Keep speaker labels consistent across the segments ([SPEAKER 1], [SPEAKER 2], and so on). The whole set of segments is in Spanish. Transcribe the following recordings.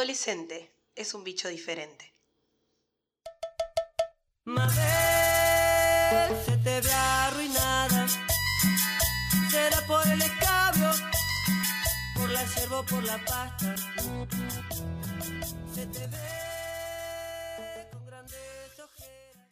[SPEAKER 1] Adolescente es un bicho diferente.
[SPEAKER 2] Mabel, se te ve arruinada. Será por el escabio, por la yerba o por la pasta. Se te ve con grandes ojeras.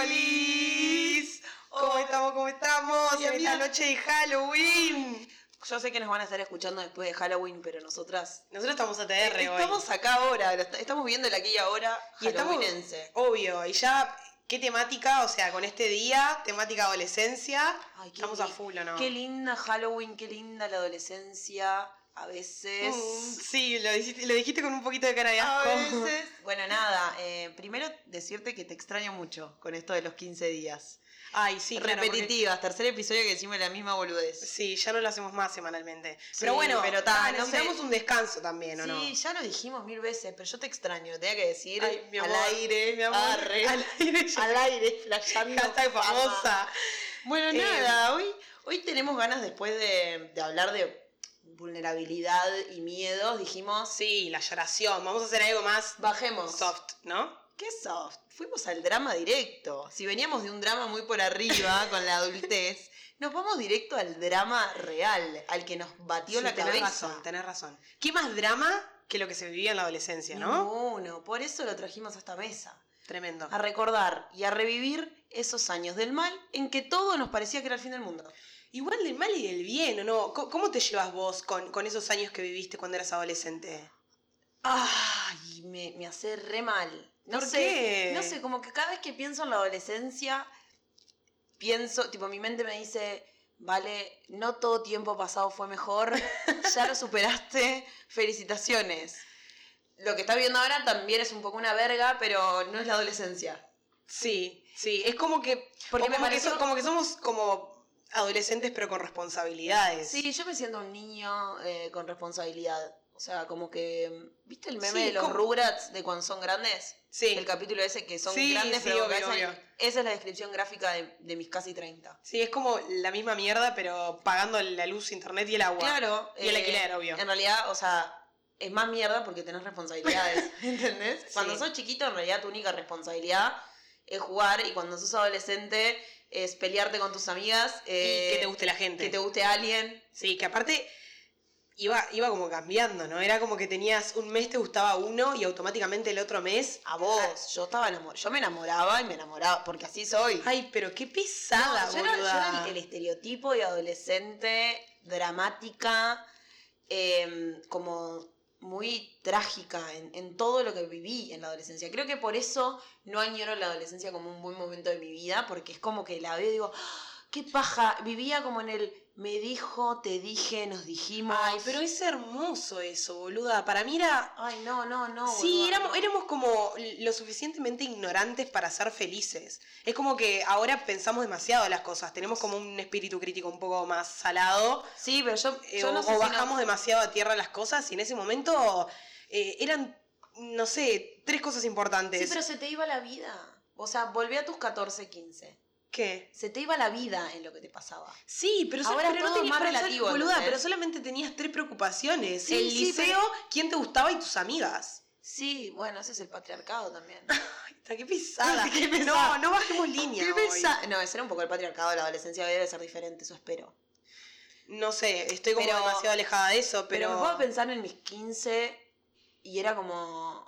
[SPEAKER 1] ¡Holis! ¿Cómo estamos? ¿Cómo estamos?
[SPEAKER 3] Bien,
[SPEAKER 1] en esta
[SPEAKER 3] bien.
[SPEAKER 1] noche de Halloween.
[SPEAKER 3] Yo sé que nos van a estar escuchando después de Halloween, pero nosotras
[SPEAKER 1] Nosotros estamos ATR hoy.
[SPEAKER 3] estamos acá ahora, lo est- estamos viendo el aquí y ahora
[SPEAKER 1] Y estamos-
[SPEAKER 3] halloweenense.
[SPEAKER 1] Obvio, y ya, ¿qué temática? O sea, con este día, temática adolescencia,
[SPEAKER 3] Ay, qué
[SPEAKER 1] estamos a
[SPEAKER 3] li-
[SPEAKER 1] full, ¿o no?
[SPEAKER 3] Qué linda Halloween, qué linda la adolescencia, a veces.
[SPEAKER 1] Mm, Sí, lo dijiste, lo dijiste con un poquito de cara de
[SPEAKER 3] A
[SPEAKER 1] asco.
[SPEAKER 3] veces. Bueno, nada, eh, primero decirte que te extraño mucho con esto de los 15 días.
[SPEAKER 1] Ay, sí, claro, porque-
[SPEAKER 3] Repetitivas, tercer episodio que decimos la misma boludez.
[SPEAKER 1] Sí, ya no lo hacemos más semanalmente.
[SPEAKER 3] Sí,
[SPEAKER 1] pero bueno,
[SPEAKER 3] pero ta,
[SPEAKER 1] ah,
[SPEAKER 3] no
[SPEAKER 1] necesitamos
[SPEAKER 3] sé.
[SPEAKER 1] un descanso también, ¿o no?
[SPEAKER 3] Sí, ya lo dijimos mil veces, pero yo te extraño, lo tenía que decir
[SPEAKER 1] Ay, mi amor.
[SPEAKER 3] al aire,
[SPEAKER 1] Mi amor,
[SPEAKER 3] Arre.
[SPEAKER 1] Al aire ya.
[SPEAKER 3] al aire, flasheando.
[SPEAKER 1] Hashtag
[SPEAKER 3] fama.
[SPEAKER 1] famosa.
[SPEAKER 3] Bueno,
[SPEAKER 1] Eh,
[SPEAKER 3] nada, hoy, hoy tenemos ganas después de, de hablar de vulnerabilidad y miedos, dijimos,
[SPEAKER 1] Sí, la lloración. Vamos a hacer algo más
[SPEAKER 3] bajemos.
[SPEAKER 1] soft, ¿no?
[SPEAKER 3] ¿Qué soft? Fuimos al drama directo. Si veníamos de un drama muy por arriba con la adultez, nos vamos directo al drama real, al que nos batió
[SPEAKER 1] Sí,
[SPEAKER 3] la
[SPEAKER 1] tenés
[SPEAKER 3] cabeza.
[SPEAKER 1] razón, tenés razón. ¿Qué más drama que lo que se vivía en la adolescencia, no?
[SPEAKER 3] Ninguno, por eso lo trajimos a esta mesa.
[SPEAKER 1] Tremendo.
[SPEAKER 3] A recordar y a revivir esos años del mal en que todo nos parecía que era el fin del mundo.
[SPEAKER 1] Igual del mal y del bien, ¿o no? Co- ¿Cómo te llevas vos con, con esos años que viviste cuando eras adolescente?
[SPEAKER 3] Ay, me, me hace re mal. No
[SPEAKER 1] ¿Por
[SPEAKER 3] sé,
[SPEAKER 1] qué?
[SPEAKER 3] no sé, como que cada vez que pienso en la adolescencia, pienso, tipo, mi mente me dice, vale, no todo tiempo pasado fue mejor, ya lo superaste, felicitaciones. Lo que estás viendo ahora también es un poco una verga, pero no es la adolescencia.
[SPEAKER 1] Sí, sí. Es como que.
[SPEAKER 3] Porque
[SPEAKER 1] o
[SPEAKER 3] me
[SPEAKER 1] como, que
[SPEAKER 3] pareció-
[SPEAKER 1] so- como que somos como adolescentes, pero con responsabilidades.
[SPEAKER 3] Sí, yo me siento un niño eh, con responsabilidad. O sea, como que. ¿Viste el meme
[SPEAKER 1] Sí,
[SPEAKER 3] de los
[SPEAKER 1] como-
[SPEAKER 3] Rugrats de cuando son grandes?
[SPEAKER 1] Sí.
[SPEAKER 3] El capítulo ese que son
[SPEAKER 1] Sí,
[SPEAKER 3] grandes,
[SPEAKER 1] sí,
[SPEAKER 3] pero
[SPEAKER 1] obvio,
[SPEAKER 3] que hacen-
[SPEAKER 1] obvio.
[SPEAKER 3] Esa es la descripción gráfica de, de mis casi 30.
[SPEAKER 1] Sí, es como la misma mierda, pero pagando la luz, internet y el agua.
[SPEAKER 3] Claro. eh,
[SPEAKER 1] Y el alquiler, obvio.
[SPEAKER 3] En realidad, o sea. Es más mierda porque tenés responsabilidades, ¿entendés?
[SPEAKER 1] Sí.
[SPEAKER 3] Cuando sos chiquito, en realidad tu única responsabilidad es jugar y cuando sos adolescente es pelearte con tus amigas, eh,
[SPEAKER 1] y que te guste la gente.
[SPEAKER 3] que te guste alguien,
[SPEAKER 1] Sí, que aparte iba, iba como cambiando, ¿no? Era como que tenías un mes te gustaba uno y automáticamente el otro mes.
[SPEAKER 3] A vos, yo estaba enamor- yo me enamoraba y me enamoraba, porque así soy.
[SPEAKER 1] Ay, pero qué
[SPEAKER 3] No,
[SPEAKER 1] pesada,
[SPEAKER 3] yo, era, yo
[SPEAKER 1] boluda.
[SPEAKER 3] era el estereotipo de adolescente, dramática, eh, como muy trágica en, en todo lo que viví en la adolescencia. Creo que por eso no añoro la adolescencia como un buen momento de mi vida, porque es como que la veo y digo, "Ah, qué paja, vivía como en el me dijo, te dije, nos dijimos.
[SPEAKER 1] Ay, pero es hermoso eso, boluda. Para mí era.
[SPEAKER 3] Ay, no, no, no.
[SPEAKER 1] sí,
[SPEAKER 3] boluda,
[SPEAKER 1] éramos,
[SPEAKER 3] no.
[SPEAKER 1] éramos como lo suficientemente ignorantes para ser felices. Es como que ahora pensamos demasiado las cosas. Tenemos como un espíritu crítico un poco más salado.
[SPEAKER 3] Sí, pero yo,
[SPEAKER 1] eh,
[SPEAKER 3] yo
[SPEAKER 1] o,
[SPEAKER 3] no sé
[SPEAKER 1] o
[SPEAKER 3] si no-
[SPEAKER 1] bajamos demasiado a tierra las cosas y en ese momento eh, eran, no sé, tres cosas importantes.
[SPEAKER 3] Sí, pero se te iba la vida. O sea, volví a tus 14, 15.
[SPEAKER 1] ¿Qué?
[SPEAKER 3] Se te iba la vida en lo que te pasaba.
[SPEAKER 1] Sí, pero, sol-
[SPEAKER 3] Ahora
[SPEAKER 1] pero
[SPEAKER 3] todo
[SPEAKER 1] tenías-
[SPEAKER 3] más
[SPEAKER 1] pero sol-
[SPEAKER 3] relativo,
[SPEAKER 1] boluda,
[SPEAKER 3] ¿entendés?
[SPEAKER 1] pero solamente tenías tres preocupaciones.
[SPEAKER 3] Sí,
[SPEAKER 1] el
[SPEAKER 3] sí,
[SPEAKER 1] liceo, quién te gustaba y tus amigas.
[SPEAKER 3] Sí, bueno, ese es el patriarcado también.
[SPEAKER 1] Ay, está, qué pesada.
[SPEAKER 3] Qué
[SPEAKER 1] no,
[SPEAKER 3] pesada.
[SPEAKER 1] no bajemos línea. hoy.
[SPEAKER 3] No, ese era un poco el patriarcado de la adolescencia, debe ser diferente, eso espero.
[SPEAKER 1] No sé, estoy como
[SPEAKER 3] Pero-
[SPEAKER 1] demasiado alejada de eso,
[SPEAKER 3] Pero,
[SPEAKER 1] pero.
[SPEAKER 3] me puedo pensar en mis 15 y era como,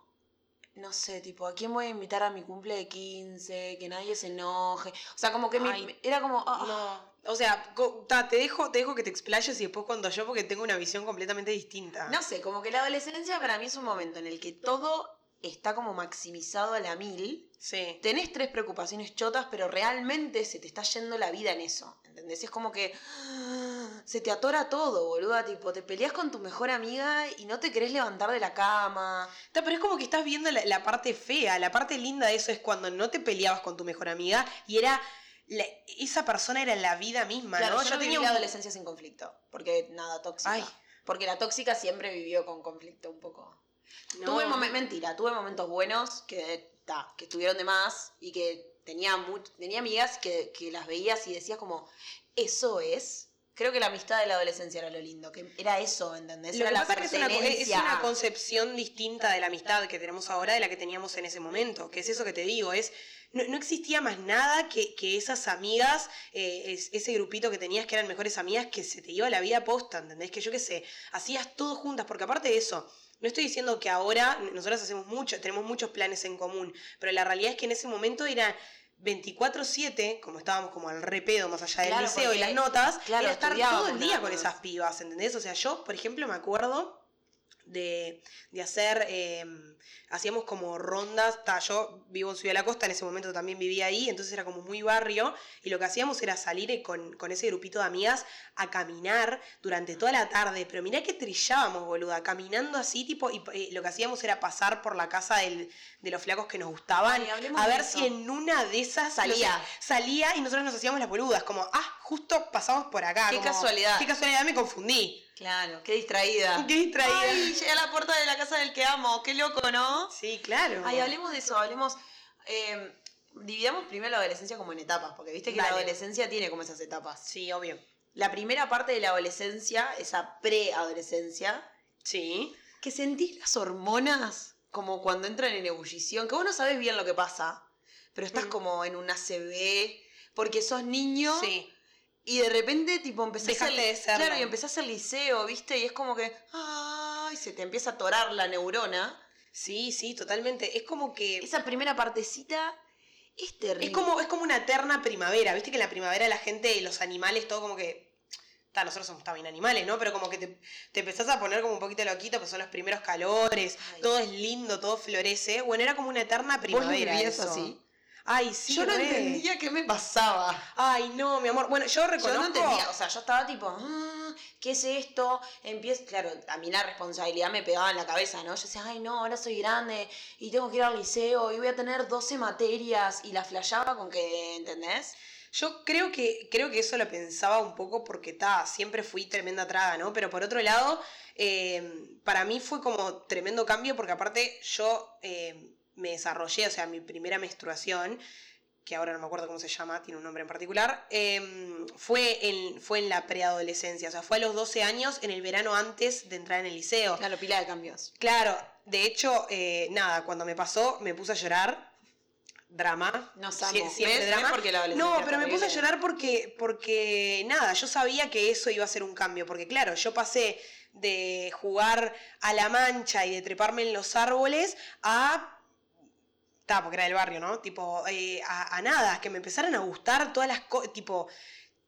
[SPEAKER 3] no sé, tipo, ¿a quién voy a invitar a mi cumple de 15? Que nadie se enoje. O sea, como que mi-
[SPEAKER 1] Ay,
[SPEAKER 3] era como, ah,
[SPEAKER 1] No. O sea, co- ta, te, dejo, te dejo que te explayes y después cuando yo, porque tengo una visión completamente distinta.
[SPEAKER 3] ah, No sé, como que la adolescencia para mí es un momento en el que todo está como maximizado a la mil.
[SPEAKER 1] Sí.
[SPEAKER 3] Tenés tres preocupaciones chotas, pero realmente se te está yendo la vida en eso. ¿Entendés? Es como que ah, se te atora todo, boluda. Tipo, te peleas con tu mejor amiga y no te querés levantar de la cama.
[SPEAKER 1] Ta, pero es como que estás viendo la, la parte fea. La parte linda de eso es cuando no te peleabas con tu mejor amiga y era. la- esa persona era la vida misma,
[SPEAKER 3] claro,
[SPEAKER 1] ¿no?
[SPEAKER 3] yo, tenía
[SPEAKER 1] un-
[SPEAKER 3] la adolescencia sin conflicto, porque nada tóxica.
[SPEAKER 1] Ay.
[SPEAKER 3] Porque la tóxica siempre vivió con conflicto un poco.
[SPEAKER 1] No.
[SPEAKER 3] Tuve momen- mentira, tuve momentos buenos que, ta, que estuvieron de más y que tenía, mu- tenía amigas que, que las veías y decías como, eso es, Creo que la amistad de la adolescencia era lo lindo, que era eso, ¿entendés?
[SPEAKER 1] Lo
[SPEAKER 3] era
[SPEAKER 1] que
[SPEAKER 3] la
[SPEAKER 1] pasa es que es una, co- es
[SPEAKER 3] pertenencia
[SPEAKER 1] una
[SPEAKER 3] a-
[SPEAKER 1] concepción distinta de la amistad que tenemos ahora de la que teníamos en ese momento, que es eso que te digo, es no, no existía más nada que, que esas amigas, eh, es- ese grupito que tenías que eran mejores amigas que se te iba la vida posta, ¿entendés? Que yo qué sé, hacías todo juntas, porque aparte de eso, no estoy diciendo que ahora, nosotras hacemos mucho, tenemos muchos planes en común, pero la realidad es que en ese momento era... 24-7, como estábamos como al repedo más allá del
[SPEAKER 3] Claro,
[SPEAKER 1] liceo y
[SPEAKER 3] porque-
[SPEAKER 1] las notas,
[SPEAKER 3] claro,
[SPEAKER 1] era estar
[SPEAKER 3] estudiábamos
[SPEAKER 1] todo el día
[SPEAKER 3] nada
[SPEAKER 1] con
[SPEAKER 3] más.
[SPEAKER 1] esas pibas, ¿entendés? O sea, yo, por ejemplo, me acuerdo de, de hacer, eh, hacíamos como rondas, ta, yo vivo en Ciudad de la Costa, en ese momento también vivía ahí, entonces era como muy barrio, y lo que hacíamos era salir eh, con, con ese grupito de amigas a caminar durante toda la tarde, pero mirá que trillábamos, boluda, caminando así, tipo, y eh, lo que hacíamos era pasar por la casa del- de los flacos que nos gustaban,
[SPEAKER 3] Ay, hablemos
[SPEAKER 1] a
[SPEAKER 3] de
[SPEAKER 1] ver
[SPEAKER 3] eso.
[SPEAKER 1] si en una de esas
[SPEAKER 3] Salía.
[SPEAKER 1] no sé, salía y nosotros nos hacíamos las boludas, como, ah, justo pasamos por acá.
[SPEAKER 3] Qué
[SPEAKER 1] como,
[SPEAKER 3] casualidad.
[SPEAKER 1] Qué casualidad, me confundí.
[SPEAKER 3] Claro, qué distraída.
[SPEAKER 1] Qué distraída.
[SPEAKER 3] Ay, llegué a la puerta de la casa del que amo, qué loco, ¿no?
[SPEAKER 1] Sí, claro.
[SPEAKER 3] Ay, hablemos de eso, hablemos. eh, dividamos primero la adolescencia como en etapas, porque viste que la
[SPEAKER 1] Dale.
[SPEAKER 3] adolescencia tiene como esas etapas.
[SPEAKER 1] Sí, obvio.
[SPEAKER 3] La primera parte de la adolescencia, esa preadolescencia,
[SPEAKER 1] Sí.
[SPEAKER 3] que sentís las hormonas como cuando entran en ebullición, que vos no sabés bien lo que pasa, pero estás
[SPEAKER 1] Mm.
[SPEAKER 3] como en una CB, porque sos niño
[SPEAKER 1] Sí.
[SPEAKER 3] y de repente tipo empezás
[SPEAKER 1] Dejaste
[SPEAKER 3] el-
[SPEAKER 1] de serlo.
[SPEAKER 3] Claro, y empezás el liceo, ¿viste? Y es como que ay, se te empieza a torar la neurona.
[SPEAKER 1] Sí, sí, totalmente. Es como que.
[SPEAKER 3] Esa primera partecita es terrible.
[SPEAKER 1] Es como, es como una eterna primavera. Viste que en la primavera la gente y los animales, todo como que. Ta, nosotros somos también animales, ¿no? Pero como que te, te empezás a poner como un poquito loquito, pues son los primeros calores,
[SPEAKER 3] Ay.
[SPEAKER 1] todo es lindo, todo florece. Bueno, era como una eterna
[SPEAKER 3] ¿Vos lo
[SPEAKER 1] primavera.
[SPEAKER 3] vivías
[SPEAKER 1] eso.
[SPEAKER 3] así?
[SPEAKER 1] Ay, sí,
[SPEAKER 3] yo no
[SPEAKER 1] re.
[SPEAKER 3] entendía qué me pasaba.
[SPEAKER 1] Ay, no, mi amor. Bueno, yo
[SPEAKER 3] Yo
[SPEAKER 1] reconozco.
[SPEAKER 3] no entendía, o sea, yo estaba tipo, "Ah, ¿qué es esto? Empiezo, claro, a mí la responsabilidad me pegaba en la cabeza, ¿no? Yo decía, ay, no, ahora soy grande y tengo que ir al liceo y voy a tener 12 materias y la flasheaba con que, ¿entendés?
[SPEAKER 1] Yo creo que, creo que eso lo pensaba un poco porque ta, siempre fui tremenda traga, ¿no? Pero por otro lado, eh, para mí fue como tremendo cambio porque aparte yo eh, me desarrollé, o sea, mi primera menstruación, que ahora no me acuerdo cómo se llama, tiene un nombre en particular, eh, fue, en, fue en la preadolescencia, o sea, fue a los 12 años, en el verano antes de entrar en el liceo.
[SPEAKER 3] Claro, pila de cambios.
[SPEAKER 1] Claro, de hecho, eh, nada, cuando me pasó me puse a llorar. Drama.
[SPEAKER 3] Nos
[SPEAKER 1] Sie-
[SPEAKER 3] amo.
[SPEAKER 1] siempre
[SPEAKER 3] ¿Ves?
[SPEAKER 1] drama.
[SPEAKER 3] ¿Ves por qué la adolescencia
[SPEAKER 1] no, pero me puse a
[SPEAKER 3] terrible?
[SPEAKER 1] llorar porque, porque, nada, yo sabía que eso iba a ser un cambio. Porque, claro, yo pasé de jugar a la mancha y de treparme en los árboles a. Ta, porque era del barrio, ¿no? Tipo, eh, a, a nada, que me empezaran a gustar todas las cosas. Tipo,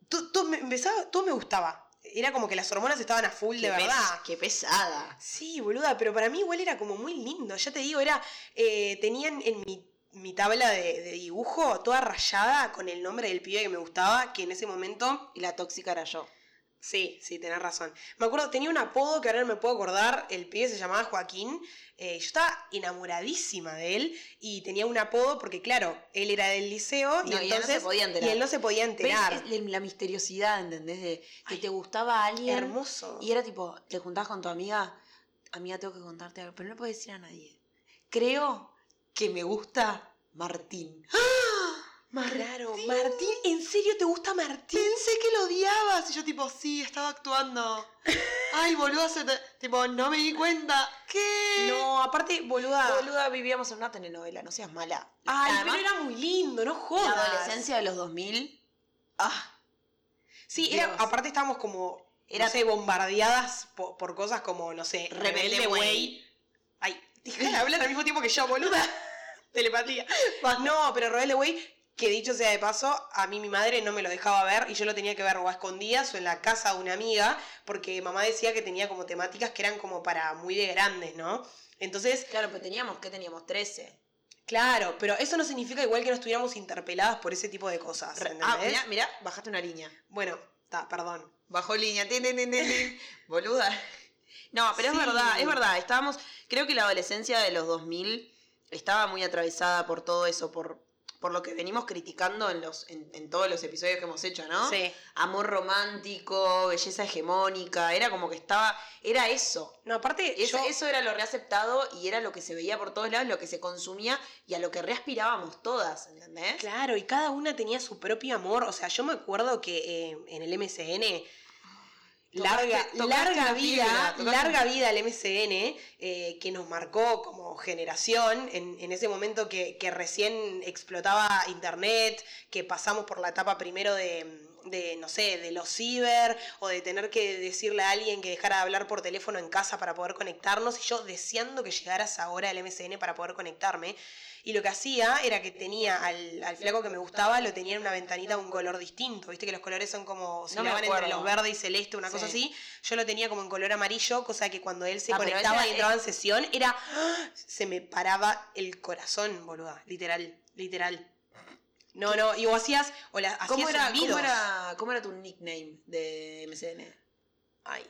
[SPEAKER 1] todo, todo me empezaba, todo me gustaba. Era como que las hormonas estaban a full, de
[SPEAKER 3] pes-
[SPEAKER 1] verdad.
[SPEAKER 3] qué pesada.
[SPEAKER 1] Sí, boluda, pero para mí igual era como muy lindo. Ya te digo, era. eh, tenían en mi, mi tabla de, de dibujo toda rayada con el nombre del pibe que me gustaba, que en ese momento.
[SPEAKER 3] Y la tóxica era yo.
[SPEAKER 1] Sí, sí, tenés razón. Me acuerdo, tenía un apodo que ahora no me puedo acordar. El pibe se llamaba Joaquín. eh, yo estaba enamoradísima de él y tenía un apodo porque, claro, él era del liceo y
[SPEAKER 3] No, y él no se
[SPEAKER 1] entonces.
[SPEAKER 3] podía enterar.
[SPEAKER 1] y él no se podía enterar.
[SPEAKER 3] ¿Ves? Es La misteriosidad, ¿entendés? De que
[SPEAKER 1] Ay,
[SPEAKER 3] te gustaba alguien.
[SPEAKER 1] Hermoso.
[SPEAKER 3] Y era tipo, te juntabas con tu amiga, amiga, tengo que contarte algo, pero no puedes decir a nadie. Creo que me gusta Martín. ¡Ah!
[SPEAKER 1] Claro, Martín, ¿en serio te gusta Martín?
[SPEAKER 3] Pensé que lo odiabas. Y yo tipo, sí, estaba actuando. Ay, boluda, se te- tipo, no me di cuenta. ¿Qué?
[SPEAKER 1] No, aparte, boluda.
[SPEAKER 3] Boluda, vivíamos en una telenovela, no seas mala.
[SPEAKER 1] Ay,
[SPEAKER 3] Además,
[SPEAKER 1] pero era muy lindo, no jodas.
[SPEAKER 3] la adolescencia de los 2000. Ah,
[SPEAKER 1] Sí, era,
[SPEAKER 3] Dios.
[SPEAKER 1] aparte estábamos como,
[SPEAKER 3] Era-
[SPEAKER 1] no sé, bombardeadas po- por, cosas como, no sé,
[SPEAKER 3] Rebelde
[SPEAKER 1] rebelde, güey.
[SPEAKER 3] Güey.
[SPEAKER 1] Ay, dejá de hablar al mismo tiempo que yo, boluda. Telepatía. No, pero rebelde, güey, que dicho sea de paso, a mí mi madre no me lo dejaba ver y yo lo tenía que ver o a escondidas o en la casa de una amiga, porque mamá decía que tenía como temáticas que eran como para muy de grandes, ¿no? Entonces,
[SPEAKER 3] claro, pero teníamos, ¿qué teníamos? 13.
[SPEAKER 1] claro, pero eso no significa igual que no estuviéramos interpeladas por ese tipo de cosas.
[SPEAKER 3] Ah,
[SPEAKER 1] ¿entendés?
[SPEAKER 3] mirá, mirá, bajaste una línea.
[SPEAKER 1] Bueno, está, perdón.
[SPEAKER 3] Bajo línea, tin, tin, tin, tin, tin. boluda. No, pero
[SPEAKER 1] Sí.
[SPEAKER 3] es verdad, es verdad. Estábamos, creo que la adolescencia de los 2000 estaba muy atravesada por todo eso, por, por lo que venimos criticando en, los, en, en todos los episodios que hemos hecho, ¿no?
[SPEAKER 1] Sí.
[SPEAKER 3] Amor romántico, belleza hegemónica, era como que estaba, era eso.
[SPEAKER 1] No, aparte,
[SPEAKER 3] Eso,
[SPEAKER 1] yo,
[SPEAKER 3] eso era lo reaceptado y era lo que se veía por todos lados, lo que se consumía y a lo que reaspirábamos todas, ¿entendés?
[SPEAKER 1] eh, claro, y cada una tenía su propio amor. O sea, yo me acuerdo que eh, en el MCN
[SPEAKER 3] Tocaste-
[SPEAKER 1] larga,
[SPEAKER 3] tocaste
[SPEAKER 1] larga
[SPEAKER 3] una
[SPEAKER 1] vida,
[SPEAKER 3] fibra, tocaste
[SPEAKER 1] larga
[SPEAKER 3] una-
[SPEAKER 1] vida al MCN, eh, que nos marcó como generación en, en ese momento que, que recién explotaba internet, que pasamos por la etapa primero de, de, no sé, de los ciber, o de tener que decirle a alguien que dejara de hablar por teléfono en casa para poder conectarnos, y yo deseando que llegara esa hora del MCN para poder conectarme. Y lo que hacía era que tenía al, al flaco que me gustaba, lo tenía en una ventanita de un color distinto. Viste que los colores son como se
[SPEAKER 3] No me
[SPEAKER 1] lavan entre
[SPEAKER 3] acuerdo.
[SPEAKER 1] los verdes verde y celeste, una cosa
[SPEAKER 3] Sí.
[SPEAKER 1] así. Yo lo tenía como en color amarillo, cosa que cuando él se
[SPEAKER 3] Ah, pero
[SPEAKER 1] conectaba
[SPEAKER 3] esa
[SPEAKER 1] y
[SPEAKER 3] es-
[SPEAKER 1] entraba en sesión, era. ¡ah! Se me paraba el corazón, boluda. Literal, literal. No, no, y vos hacías. O la, hacías
[SPEAKER 3] ¿Cómo era,
[SPEAKER 1] zumbidos.
[SPEAKER 3] cómo era- cómo era tu nickname de MCN?
[SPEAKER 1] Ay.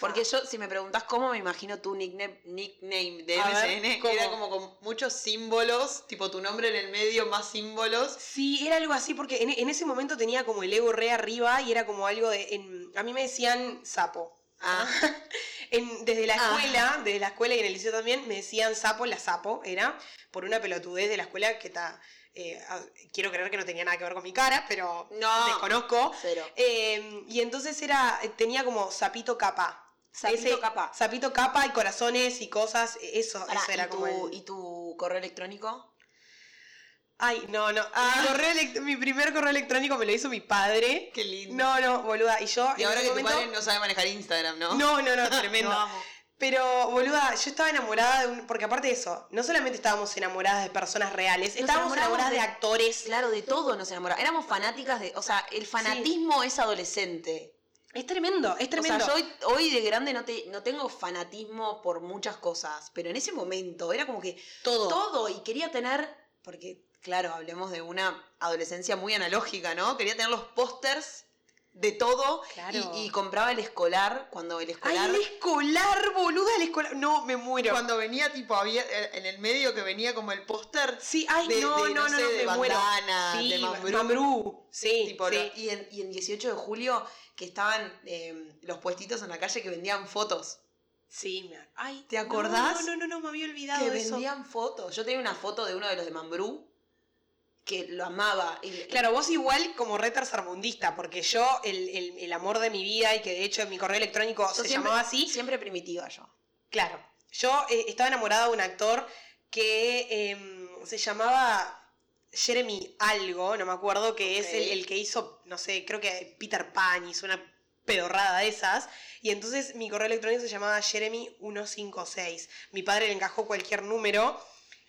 [SPEAKER 3] Porque yo, si me preguntás cómo me imagino tu nickname, nickname de
[SPEAKER 1] A ver,
[SPEAKER 3] MCN,
[SPEAKER 1] ¿cómo?
[SPEAKER 3] era como con muchos símbolos, tipo tu nombre en el medio, más símbolos.
[SPEAKER 1] Sí, era algo así, porque en, en ese momento tenía como el ego re arriba y era como algo de. en- a mí me decían sapo.
[SPEAKER 3] Ah,
[SPEAKER 1] En- desde la
[SPEAKER 3] Ah.
[SPEAKER 1] escuela, desde la escuela y en el liceo también, me decían sapo, la sapo, era, por una pelotudez de la escuela que está. eh, a- quiero creer que no tenía nada que ver con mi cara, pero
[SPEAKER 3] No.
[SPEAKER 1] desconozco.
[SPEAKER 3] cero.
[SPEAKER 1] Eh, y entonces era, eh, tenía como sapito capa. Ese-
[SPEAKER 3] capa.
[SPEAKER 1] Sapito capa y corazones y cosas, eh, eso,
[SPEAKER 3] Pará,
[SPEAKER 1] eso era
[SPEAKER 3] ¿y,
[SPEAKER 1] como
[SPEAKER 3] tu,
[SPEAKER 1] el-
[SPEAKER 3] ¿Y tu correo electrónico?
[SPEAKER 1] Ay, no, no.
[SPEAKER 3] Ah.
[SPEAKER 1] Mi, correo elect- mi primer correo electrónico me lo hizo mi padre.
[SPEAKER 3] Qué lindo.
[SPEAKER 1] No, no, boluda. Y yo.
[SPEAKER 3] y
[SPEAKER 1] en
[SPEAKER 3] ahora
[SPEAKER 1] ese
[SPEAKER 3] que tu
[SPEAKER 1] momento-
[SPEAKER 3] padre no sabe manejar Instagram, este ¿no?
[SPEAKER 1] No, no, no, tremendo.
[SPEAKER 3] Lo amo.
[SPEAKER 1] Pero, boluda, yo estaba enamorada de un. Porque aparte de eso, no solamente estábamos enamoradas de personas reales,
[SPEAKER 3] Nos
[SPEAKER 1] estábamos
[SPEAKER 3] enamoramos
[SPEAKER 1] enamoradas de,
[SPEAKER 3] de-
[SPEAKER 1] actores.
[SPEAKER 3] Claro, de todo nos enamoramos. Éramos fanáticas de. O sea, el fanatismo es adolescente.
[SPEAKER 1] Es tremendo, es tremendo.
[SPEAKER 3] O sea, yo hoy, hoy de grande no, te, no tengo fanatismo por muchas cosas, pero en ese momento era como que
[SPEAKER 1] todo.
[SPEAKER 3] todo y quería tener, porque claro, hablemos de una adolescencia muy analógica, ¿no? Quería tener los pósters de todo
[SPEAKER 1] Claro.
[SPEAKER 3] y, y compraba el escolar cuando el
[SPEAKER 1] Ay,
[SPEAKER 3] escolar...
[SPEAKER 1] el escolar, boluda, el escolar. No, me muero.
[SPEAKER 3] cuando venía tipo, había eh, en el medio que venía como el póster
[SPEAKER 1] Sí, ay,
[SPEAKER 3] de,
[SPEAKER 1] no,
[SPEAKER 3] de,
[SPEAKER 1] no, no,
[SPEAKER 3] sé,
[SPEAKER 1] no,
[SPEAKER 3] de
[SPEAKER 1] me muero.
[SPEAKER 3] bandana,
[SPEAKER 1] Sí,
[SPEAKER 3] de Mambrú.
[SPEAKER 1] Mambrú. Sí,
[SPEAKER 3] Tipo,
[SPEAKER 1] sí.
[SPEAKER 3] Y, en, y en 18 de julio que estaban eh, los puestitos en la calle que vendían fotos.
[SPEAKER 1] Sí, me- ay,
[SPEAKER 3] ¿Te acordás?
[SPEAKER 1] No, no, no, no, me había olvidado
[SPEAKER 3] que
[SPEAKER 1] de eso.
[SPEAKER 3] vendían fotos. Yo tenía una foto de uno de los de Mambrú que lo amaba. Y,
[SPEAKER 1] Claro, vos igual como re tercermundista, porque yo, el, el- el amor de mi vida y que de hecho mi correo electrónico
[SPEAKER 3] yo
[SPEAKER 1] se
[SPEAKER 3] siempre-
[SPEAKER 1] llamaba así,
[SPEAKER 3] Siempre primitiva yo.
[SPEAKER 1] claro. Yo eh, estaba enamorada de un actor que em, se llamaba Jeremy Algo, no me acuerdo, que es
[SPEAKER 3] Ok.
[SPEAKER 1] el, el que hizo, no sé, creo que Peter Pan hizo una pedorrada de esas. Y entonces mi correo electrónico se llamaba Jeremy156. Mi padre le encajó cualquier número.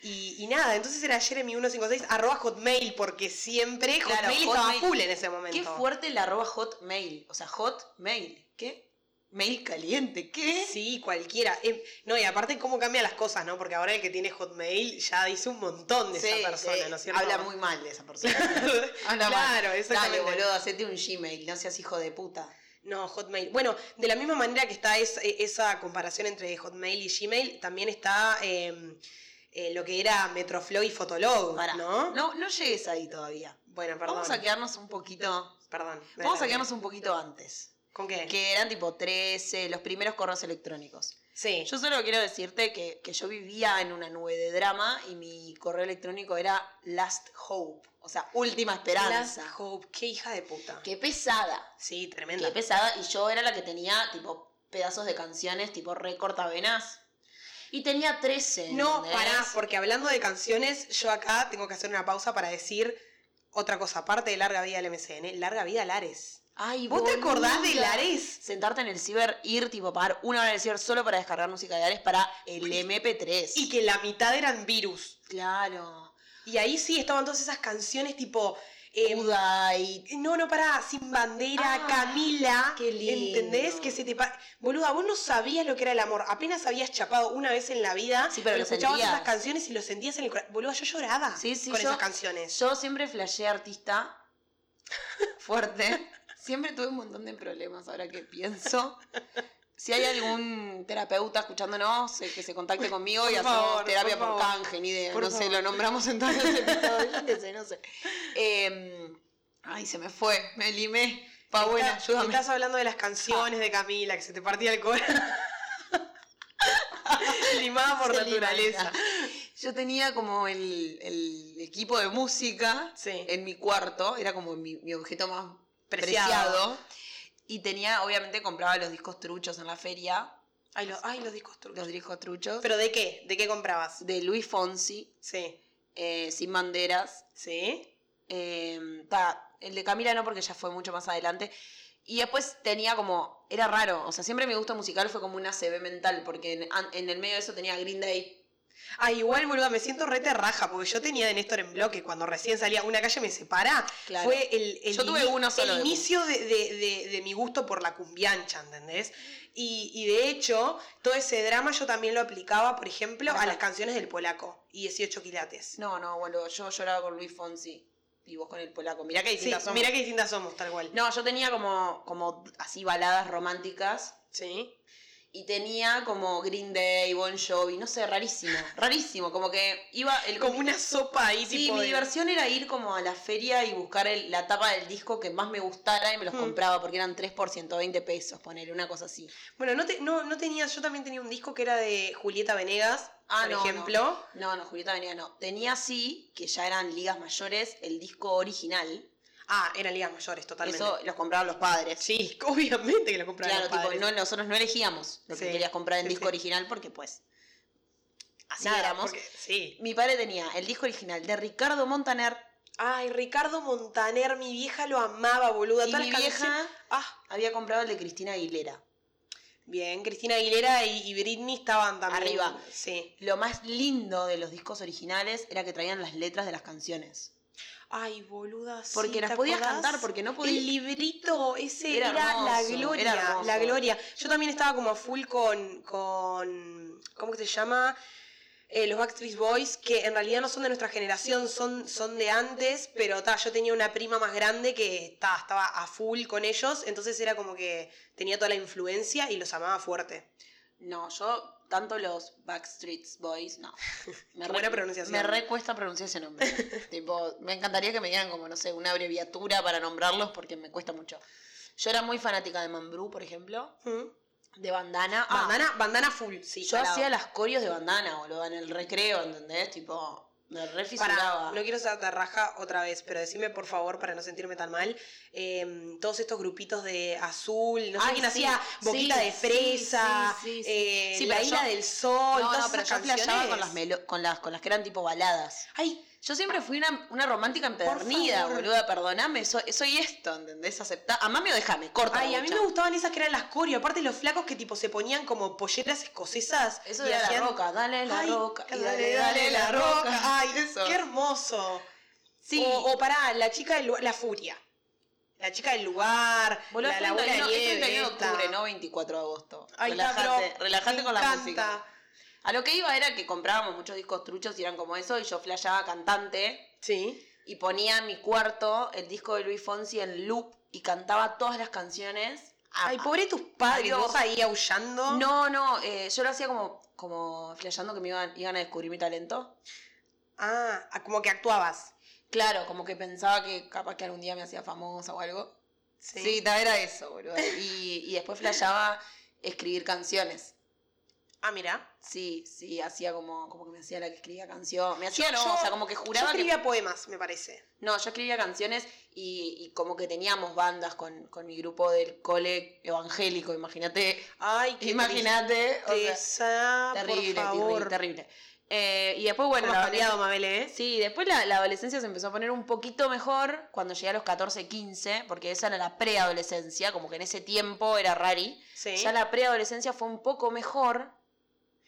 [SPEAKER 1] Y, y nada, entonces era Jeremy156 arroba hotmail, porque siempre
[SPEAKER 3] Claro,
[SPEAKER 1] hotmail estaba
[SPEAKER 3] Hotmail.
[SPEAKER 1] full en ese momento.
[SPEAKER 3] Qué fuerte el arroba hotmail. O sea, hotmail. ¿Qué? Mail caliente. ¿Qué?
[SPEAKER 1] Sí, cualquiera. Eh, no, y aparte cómo cambian las cosas, ¿no? Porque ahora el que tiene Hotmail ya dice un montón de
[SPEAKER 3] Sí,
[SPEAKER 1] esa persona,
[SPEAKER 3] sí.
[SPEAKER 1] ¿no es cierto?
[SPEAKER 3] eh, Habla muy mal de esa persona. Habla mal.
[SPEAKER 1] claro,
[SPEAKER 3] Dale,
[SPEAKER 1] exactamente.
[SPEAKER 3] boludo, hacete un Gmail, no seas hijo de puta.
[SPEAKER 1] No, Hotmail. Bueno, de la misma manera que está es- e- esa comparación entre Hotmail y Gmail, también está eh, eh, lo que era Metroflow y Fotolog,
[SPEAKER 3] Pará.
[SPEAKER 1] ¿no?
[SPEAKER 3] No, no llegues ahí todavía.
[SPEAKER 1] Bueno, perdón.
[SPEAKER 3] Vamos a quedarnos un poquito.
[SPEAKER 1] Perdón.
[SPEAKER 3] Vamos a
[SPEAKER 1] adelante.
[SPEAKER 3] quedarnos un poquito antes.
[SPEAKER 1] ¿Con qué?
[SPEAKER 3] Que eran tipo 13, los primeros correos electrónicos.
[SPEAKER 1] Sí.
[SPEAKER 3] Yo solo quiero decirte que, que yo vivía en una nube de drama y mi correo electrónico era Last Hope, o sea, última esperanza.
[SPEAKER 1] Last Hope, qué hija de puta.
[SPEAKER 3] Qué pesada,
[SPEAKER 1] Sí, tremenda.
[SPEAKER 3] qué pesada. Y yo era la que tenía tipo pedazos de canciones tipo re cortavenas. Y tenía 13.
[SPEAKER 1] No,
[SPEAKER 3] ¿entendés?
[SPEAKER 1] pará, porque hablando de canciones, yo acá tengo que hacer una pausa para decir otra cosa, aparte de larga vida al MCN, larga vida al Ares.
[SPEAKER 3] Ay,
[SPEAKER 1] ¿Vos te acordás de
[SPEAKER 3] boluda.
[SPEAKER 1] Lares?
[SPEAKER 3] Sentarte en el ciber, ir tipo pagar una hora del ciber solo para descargar música de Ares para el MP3.
[SPEAKER 1] Y que la mitad eran virus.
[SPEAKER 3] claro.
[SPEAKER 1] Y ahí sí estaban todas esas canciones tipo. eh,
[SPEAKER 3] Buda y
[SPEAKER 1] no, no, pará, sin bandera,
[SPEAKER 3] Ah,
[SPEAKER 1] Camila.
[SPEAKER 3] qué lindo.
[SPEAKER 1] ¿Entendés? Que se te pa- Boluda, vos no sabías lo que era el amor. Apenas habías chapado una vez en la vida.
[SPEAKER 3] Sí, pero lo
[SPEAKER 1] escuchabas
[SPEAKER 3] sentías.
[SPEAKER 1] esas canciones y lo sentías en el corazón. Boluda, yo lloraba
[SPEAKER 3] Sí, sí,
[SPEAKER 1] con
[SPEAKER 3] yo-
[SPEAKER 1] esas canciones.
[SPEAKER 3] Yo siempre flasheé artista fuerte. Siempre tuve un montón de problemas ahora que pienso. Si hay algún terapeuta escuchándonos, eh, que se contacte conmigo y
[SPEAKER 1] Por
[SPEAKER 3] hacemos
[SPEAKER 1] favor,
[SPEAKER 3] terapia
[SPEAKER 1] por
[SPEAKER 3] por,
[SPEAKER 1] favor.
[SPEAKER 3] canje, ni idea.
[SPEAKER 1] Por
[SPEAKER 3] no sé,
[SPEAKER 1] favor.
[SPEAKER 3] lo nombramos en todos los episodios, yo qué sé, no sé. Eh, ay, se me fue, me limé. Pabuena,
[SPEAKER 1] Estás-
[SPEAKER 3] Ah, ayúdame.
[SPEAKER 1] Estás hablando de las canciones de Camila, que se te partía el corazón. Limada por
[SPEAKER 3] Se lima,
[SPEAKER 1] naturaleza.
[SPEAKER 3] mira. Yo tenía como el, el equipo de música
[SPEAKER 1] Sí.
[SPEAKER 3] en mi cuarto, era como mi, mi objeto más
[SPEAKER 1] Preciado.
[SPEAKER 3] preciado. Y tenía, obviamente, compraba los discos truchos en la feria.
[SPEAKER 1] Ay, lo- ay, los discos truchos.
[SPEAKER 3] Los discos truchos.
[SPEAKER 1] ¿Pero de qué? ¿De qué comprabas?
[SPEAKER 3] de Luis Fonsi,
[SPEAKER 1] Sí.
[SPEAKER 3] eh, Sin Banderas.
[SPEAKER 1] ¿Sí?
[SPEAKER 3] eh, ta, el de Camila no, porque ya fue mucho más adelante. Y después tenía como. Era raro. O sea, siempre mi gusto musical fue como una CB mental, porque en, an- en el medio de eso tenía Green Day.
[SPEAKER 1] Ah, igual, boluda, me siento re terraja, porque yo tenía de Néstor en bloque cuando recién salía Una calle me separa.
[SPEAKER 3] Claro.
[SPEAKER 1] Fue el, el
[SPEAKER 3] Yo tuve
[SPEAKER 1] ini-
[SPEAKER 3] uno solo
[SPEAKER 1] el
[SPEAKER 3] de
[SPEAKER 1] inicio de, de- de- de mi gusto por la cumbiancha, ¿entendés? Y, y de hecho, todo ese drama yo también lo aplicaba, por ejemplo, a
[SPEAKER 3] Ajá.
[SPEAKER 1] las canciones del polaco y 18 quilates.
[SPEAKER 3] No, no, boludo. Yo lloraba con Luis Fonsi. Y vos con el polaco. Mirá que
[SPEAKER 1] Sí,
[SPEAKER 3] distintas somos.
[SPEAKER 1] mirá qué distintas somos, tal cual.
[SPEAKER 3] No, yo tenía como, como así baladas románticas.
[SPEAKER 1] Sí.
[SPEAKER 3] Y tenía como Green Day, Bon Jovi, no sé, rarísimo, rarísimo, como que iba el
[SPEAKER 1] Como una sopa ahí,
[SPEAKER 3] Sí,
[SPEAKER 1] tipo
[SPEAKER 3] mi
[SPEAKER 1] de-
[SPEAKER 3] diversión era ir como a la feria y buscar el- la tapa del disco que más me gustara y me los
[SPEAKER 1] Hmm.
[SPEAKER 3] compraba porque eran 3 por 120 pesos, poner una cosa así.
[SPEAKER 1] Bueno, no, te- no, no tenía, yo también tenía un disco que era de Julieta Venegas,
[SPEAKER 3] Ah,
[SPEAKER 1] por
[SPEAKER 3] no,
[SPEAKER 1] ejemplo.
[SPEAKER 3] No, no, Julieta Venegas no. Tenía sí, que ya eran ligas mayores, el disco original.
[SPEAKER 1] Ah, eran ligas mayores, totalmente.
[SPEAKER 3] Eso los compraban los padres.
[SPEAKER 1] Sí, obviamente que lo compraron
[SPEAKER 3] claro,
[SPEAKER 1] los
[SPEAKER 3] tipo,
[SPEAKER 1] padres.
[SPEAKER 3] no, nosotros no elegíamos lo
[SPEAKER 1] Sí,
[SPEAKER 3] que querías comprar en
[SPEAKER 1] sí,
[SPEAKER 3] disco
[SPEAKER 1] sí.
[SPEAKER 3] original porque pues así
[SPEAKER 1] Nada,
[SPEAKER 3] éramos.
[SPEAKER 1] porque- sí.
[SPEAKER 3] Mi padre tenía el disco original de Ricardo Montaner
[SPEAKER 1] Ay, Ricardo Montaner, mi vieja lo amaba, boluda.
[SPEAKER 3] y
[SPEAKER 1] Todas
[SPEAKER 3] mi
[SPEAKER 1] las
[SPEAKER 3] vieja
[SPEAKER 1] canciones- Ah,
[SPEAKER 3] había comprado el de Cristina Aguilera.
[SPEAKER 1] bien, Cristina Aguilera y, y Britney estaban también.
[SPEAKER 3] Arriba.
[SPEAKER 1] Sí.
[SPEAKER 3] Lo más lindo de los discos originales era que traían las letras de las canciones.
[SPEAKER 1] Ay, boluda, sí,
[SPEAKER 3] Porque las
[SPEAKER 1] ¿te
[SPEAKER 3] podías
[SPEAKER 1] acordás?
[SPEAKER 3] cantar, porque no podías...
[SPEAKER 1] El librito ese era,
[SPEAKER 3] Era
[SPEAKER 1] la
[SPEAKER 3] hermoso,
[SPEAKER 1] gloria,
[SPEAKER 3] era hermoso.
[SPEAKER 1] la gloria. Yo también estaba como a full con, con ¿cómo que se llama? Eh, los Backstreet Boys, que en realidad no son de nuestra generación, son, son de antes, pero ta, yo tenía una prima más grande que ta, estaba a full con ellos, entonces era como que tenía toda la influencia y los amaba fuerte.
[SPEAKER 3] No, yo tanto los Backstreet Boys, no. Me
[SPEAKER 1] Qué buena pronunciación.
[SPEAKER 3] Me recuesta pronunciar ese nombre. tipo, me encantaría que me dieran como, no sé, una abreviatura para nombrarlos porque me cuesta mucho. Yo era muy fanática de Mambrú, por ejemplo,
[SPEAKER 1] ¿Mm?
[SPEAKER 3] de Bandana. Ah,
[SPEAKER 1] Bandana, bandana full, sí.
[SPEAKER 3] Yo
[SPEAKER 1] salado.
[SPEAKER 3] hacía las corios de Bandana, boludo, en el recreo, ¿entendés? Tipo, me
[SPEAKER 1] Pará,
[SPEAKER 3] refisuraba.
[SPEAKER 1] no quiero ser raja otra vez, pero decime por favor, para no sentirme tan mal, eh, todos estos grupitos de azul, no sé
[SPEAKER 3] Ay,
[SPEAKER 1] quién
[SPEAKER 3] sí,
[SPEAKER 1] hacía
[SPEAKER 3] sí,
[SPEAKER 1] Boquita de
[SPEAKER 3] sí,
[SPEAKER 1] Fresa,
[SPEAKER 3] sí, sí, sí.
[SPEAKER 1] eh,
[SPEAKER 3] Sí,
[SPEAKER 1] La
[SPEAKER 3] pero
[SPEAKER 1] Isla
[SPEAKER 3] yo-
[SPEAKER 1] del Sol,
[SPEAKER 3] No,
[SPEAKER 1] todas
[SPEAKER 3] no,
[SPEAKER 1] esas
[SPEAKER 3] pero yo
[SPEAKER 1] canciones.
[SPEAKER 3] flasheaba con las, melo- con, las, con las que eran tipo baladas.
[SPEAKER 1] Ay,
[SPEAKER 3] Yo siempre fui una, una romántica empedernida,
[SPEAKER 1] favor.
[SPEAKER 3] boluda, perdoname, soy, soy esto, ¿entendés? Aceptá, amame o déjame, corta.
[SPEAKER 1] ay,
[SPEAKER 3] la
[SPEAKER 1] a mí
[SPEAKER 3] bocha.
[SPEAKER 1] me gustaban esas que eran las coreo, aparte los flacos que tipo se ponían como polleras escocesas.
[SPEAKER 3] Eso
[SPEAKER 1] y
[SPEAKER 3] era
[SPEAKER 1] hacían-
[SPEAKER 3] la roca, dale la
[SPEAKER 1] Ay,
[SPEAKER 3] roca, y
[SPEAKER 1] dale, dale, la roca. Ay,
[SPEAKER 3] eso.
[SPEAKER 1] qué hermoso.
[SPEAKER 3] Sí.
[SPEAKER 1] O, o pará, la chica del lugar, la furia. La chica del lugar,
[SPEAKER 3] Boluda,
[SPEAKER 1] la,
[SPEAKER 3] es
[SPEAKER 1] la bola
[SPEAKER 3] 31
[SPEAKER 1] de
[SPEAKER 3] es
[SPEAKER 1] nieve
[SPEAKER 3] 31 de octubre,
[SPEAKER 1] esta.
[SPEAKER 3] no 24 de agosto.
[SPEAKER 1] Ay, está,
[SPEAKER 3] relájate,
[SPEAKER 1] pero
[SPEAKER 3] relájate
[SPEAKER 1] me
[SPEAKER 3] con la
[SPEAKER 1] encanta.
[SPEAKER 3] música. A lo que iba era que comprábamos muchos discos truchos y eran como eso, y yo flasheaba cantante.
[SPEAKER 1] Sí.
[SPEAKER 3] y ponía en mi cuarto el disco de Luis Fonsi en loop y cantaba todas las canciones. A-
[SPEAKER 1] Ay, pobre tus padres,
[SPEAKER 3] Adiós.
[SPEAKER 1] vos ahí aullando.
[SPEAKER 3] Ah. No, no, eh, yo lo hacía como, como flasheando que me iban, iban a descubrir mi talento.
[SPEAKER 1] Ah, ah, como que actuabas.
[SPEAKER 3] Claro, como que pensaba que capaz que algún día me hacía famosa o algo. Sí, ta, era eso, boludo. Y, y después flasheaba escribir canciones.
[SPEAKER 1] Ah, mira.
[SPEAKER 3] Sí, sí, hacía como, como que me hacía la que escribía canción. Me hacía, no,
[SPEAKER 1] yo-
[SPEAKER 3] o sea, como que
[SPEAKER 1] Yo
[SPEAKER 3] juraba que
[SPEAKER 1] escribía poemas, me parece.
[SPEAKER 3] No, yo escribía canciones y, y como que teníamos bandas con, con mi grupo del cole evangélico, imagínate.
[SPEAKER 1] Ay, qué
[SPEAKER 3] Imagínate. o
[SPEAKER 1] tristeza,
[SPEAKER 3] sea, terrible,
[SPEAKER 1] por favor.
[SPEAKER 3] terrible, terrible. Eh, y después, bueno,
[SPEAKER 1] Bueno,
[SPEAKER 3] la
[SPEAKER 1] cambiado,
[SPEAKER 3] adolesc-
[SPEAKER 1] Mabel, ¿eh?
[SPEAKER 3] Sí, después la, la adolescencia se empezó a poner un poquito mejor cuando llegué a los 14, 15, porque esa era la preadolescencia, como que en ese tiempo era rari.
[SPEAKER 1] Sí.
[SPEAKER 3] Ya la preadolescencia fue un poco mejor.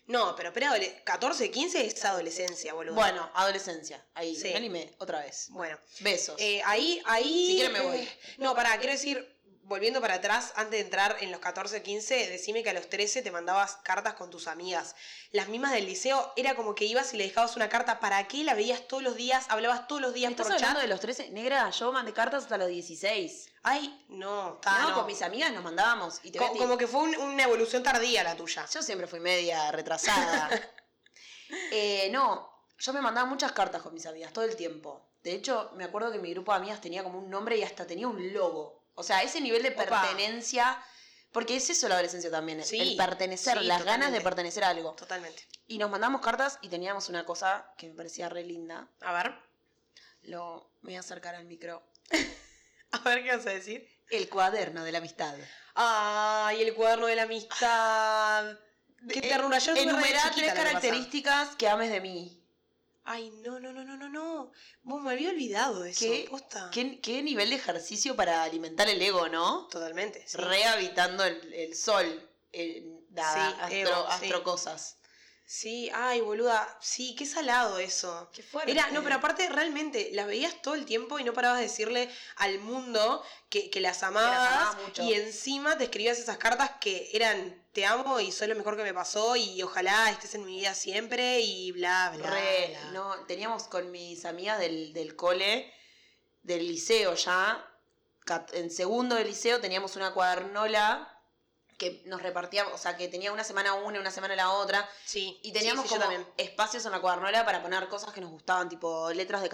[SPEAKER 1] No, pero espera, 14, 15 es adolescencia, boludo.
[SPEAKER 3] Bueno, adolescencia, ahí,
[SPEAKER 1] Sí.
[SPEAKER 3] me animé, otra vez.
[SPEAKER 1] Bueno,
[SPEAKER 3] Besos.
[SPEAKER 1] eh, ahí, ahí...
[SPEAKER 3] Si quieren me voy.
[SPEAKER 1] eh, no, pará, quiero decir... Volviendo para atrás, antes de entrar en los 14, 15, decime que a los 13 te mandabas cartas con tus amigas. Las mismas del liceo, era como que ibas y le dejabas una carta. ¿Para qué? La veías todos los días, hablabas todos los días
[SPEAKER 3] ¿Estás
[SPEAKER 1] por chat.
[SPEAKER 3] hablando de los 13? Negra, yo mandé cartas hasta los 16.
[SPEAKER 1] Ay, no, ta,
[SPEAKER 3] no,
[SPEAKER 1] Ah, no.
[SPEAKER 3] con mis amigas nos mandábamos. Y te
[SPEAKER 1] Co-
[SPEAKER 3] voy a decir,
[SPEAKER 1] como que fue un- una evolución tardía la tuya.
[SPEAKER 3] Yo siempre fui media retrasada. Eh, no, yo me mandaba muchas cartas con mis amigas todo el tiempo. De hecho, me acuerdo que mi grupo de amigas tenía como un nombre y hasta tenía un logo. O sea, ese nivel de
[SPEAKER 1] Opa.
[SPEAKER 3] pertenencia. Porque es eso la adolescencia también, el,
[SPEAKER 1] Sí,
[SPEAKER 3] el pertenecer,
[SPEAKER 1] sí,
[SPEAKER 3] las ganas de
[SPEAKER 1] totalmente.
[SPEAKER 3] pertenecer a algo.
[SPEAKER 1] Totalmente.
[SPEAKER 3] Y nos mandamos cartas y teníamos una cosa que me parecía re linda.
[SPEAKER 1] A ver,
[SPEAKER 3] Lo me voy a acercar al micro.
[SPEAKER 1] a ver qué vas a decir.
[SPEAKER 3] El cuaderno de la amistad.
[SPEAKER 1] Ay, el cuaderno de la amistad. Qué
[SPEAKER 3] Eh,
[SPEAKER 1] ternura. Yo lo tuve re
[SPEAKER 3] Enumerá
[SPEAKER 1] chiquita, lo
[SPEAKER 3] tres
[SPEAKER 1] que pasa.
[SPEAKER 3] características que ames de mí.
[SPEAKER 1] Ay, no, no, no, no, no, no. Vos me había olvidado eso.
[SPEAKER 3] ¿Qué?
[SPEAKER 1] Posta.
[SPEAKER 3] ¿Qué, qué nivel de ejercicio para alimentar el ego, ¿no?
[SPEAKER 1] Totalmente. sí.
[SPEAKER 3] Rehabilitando el, el sol. el- nada,
[SPEAKER 1] Sí,
[SPEAKER 3] astro,
[SPEAKER 1] ego, sí.
[SPEAKER 3] astrocosas.
[SPEAKER 1] Sí, ay, boluda. Sí, qué salado eso.
[SPEAKER 3] Qué fuerte.
[SPEAKER 1] Era, no, pero aparte realmente las veías todo el tiempo y no parabas de decirle al mundo que, que las amabas
[SPEAKER 3] amaba mucho.
[SPEAKER 1] y encima te escribías esas cartas que eran te amo y soy lo mejor que me pasó y ojalá estés en mi vida siempre y bla, bla.
[SPEAKER 3] Re,
[SPEAKER 1] bla.
[SPEAKER 3] no, teníamos con mis amigas del, del cole, del liceo ya, cat- en segundo del liceo teníamos una cuadernola que nos repartíamos, o sea, que tenía una semana una, una semana la otra,
[SPEAKER 1] Sí,
[SPEAKER 3] y teníamos
[SPEAKER 1] sí, sí, yo
[SPEAKER 3] como
[SPEAKER 1] también.
[SPEAKER 3] espacios en la cuadernola para poner cosas que nos gustaban, tipo letras de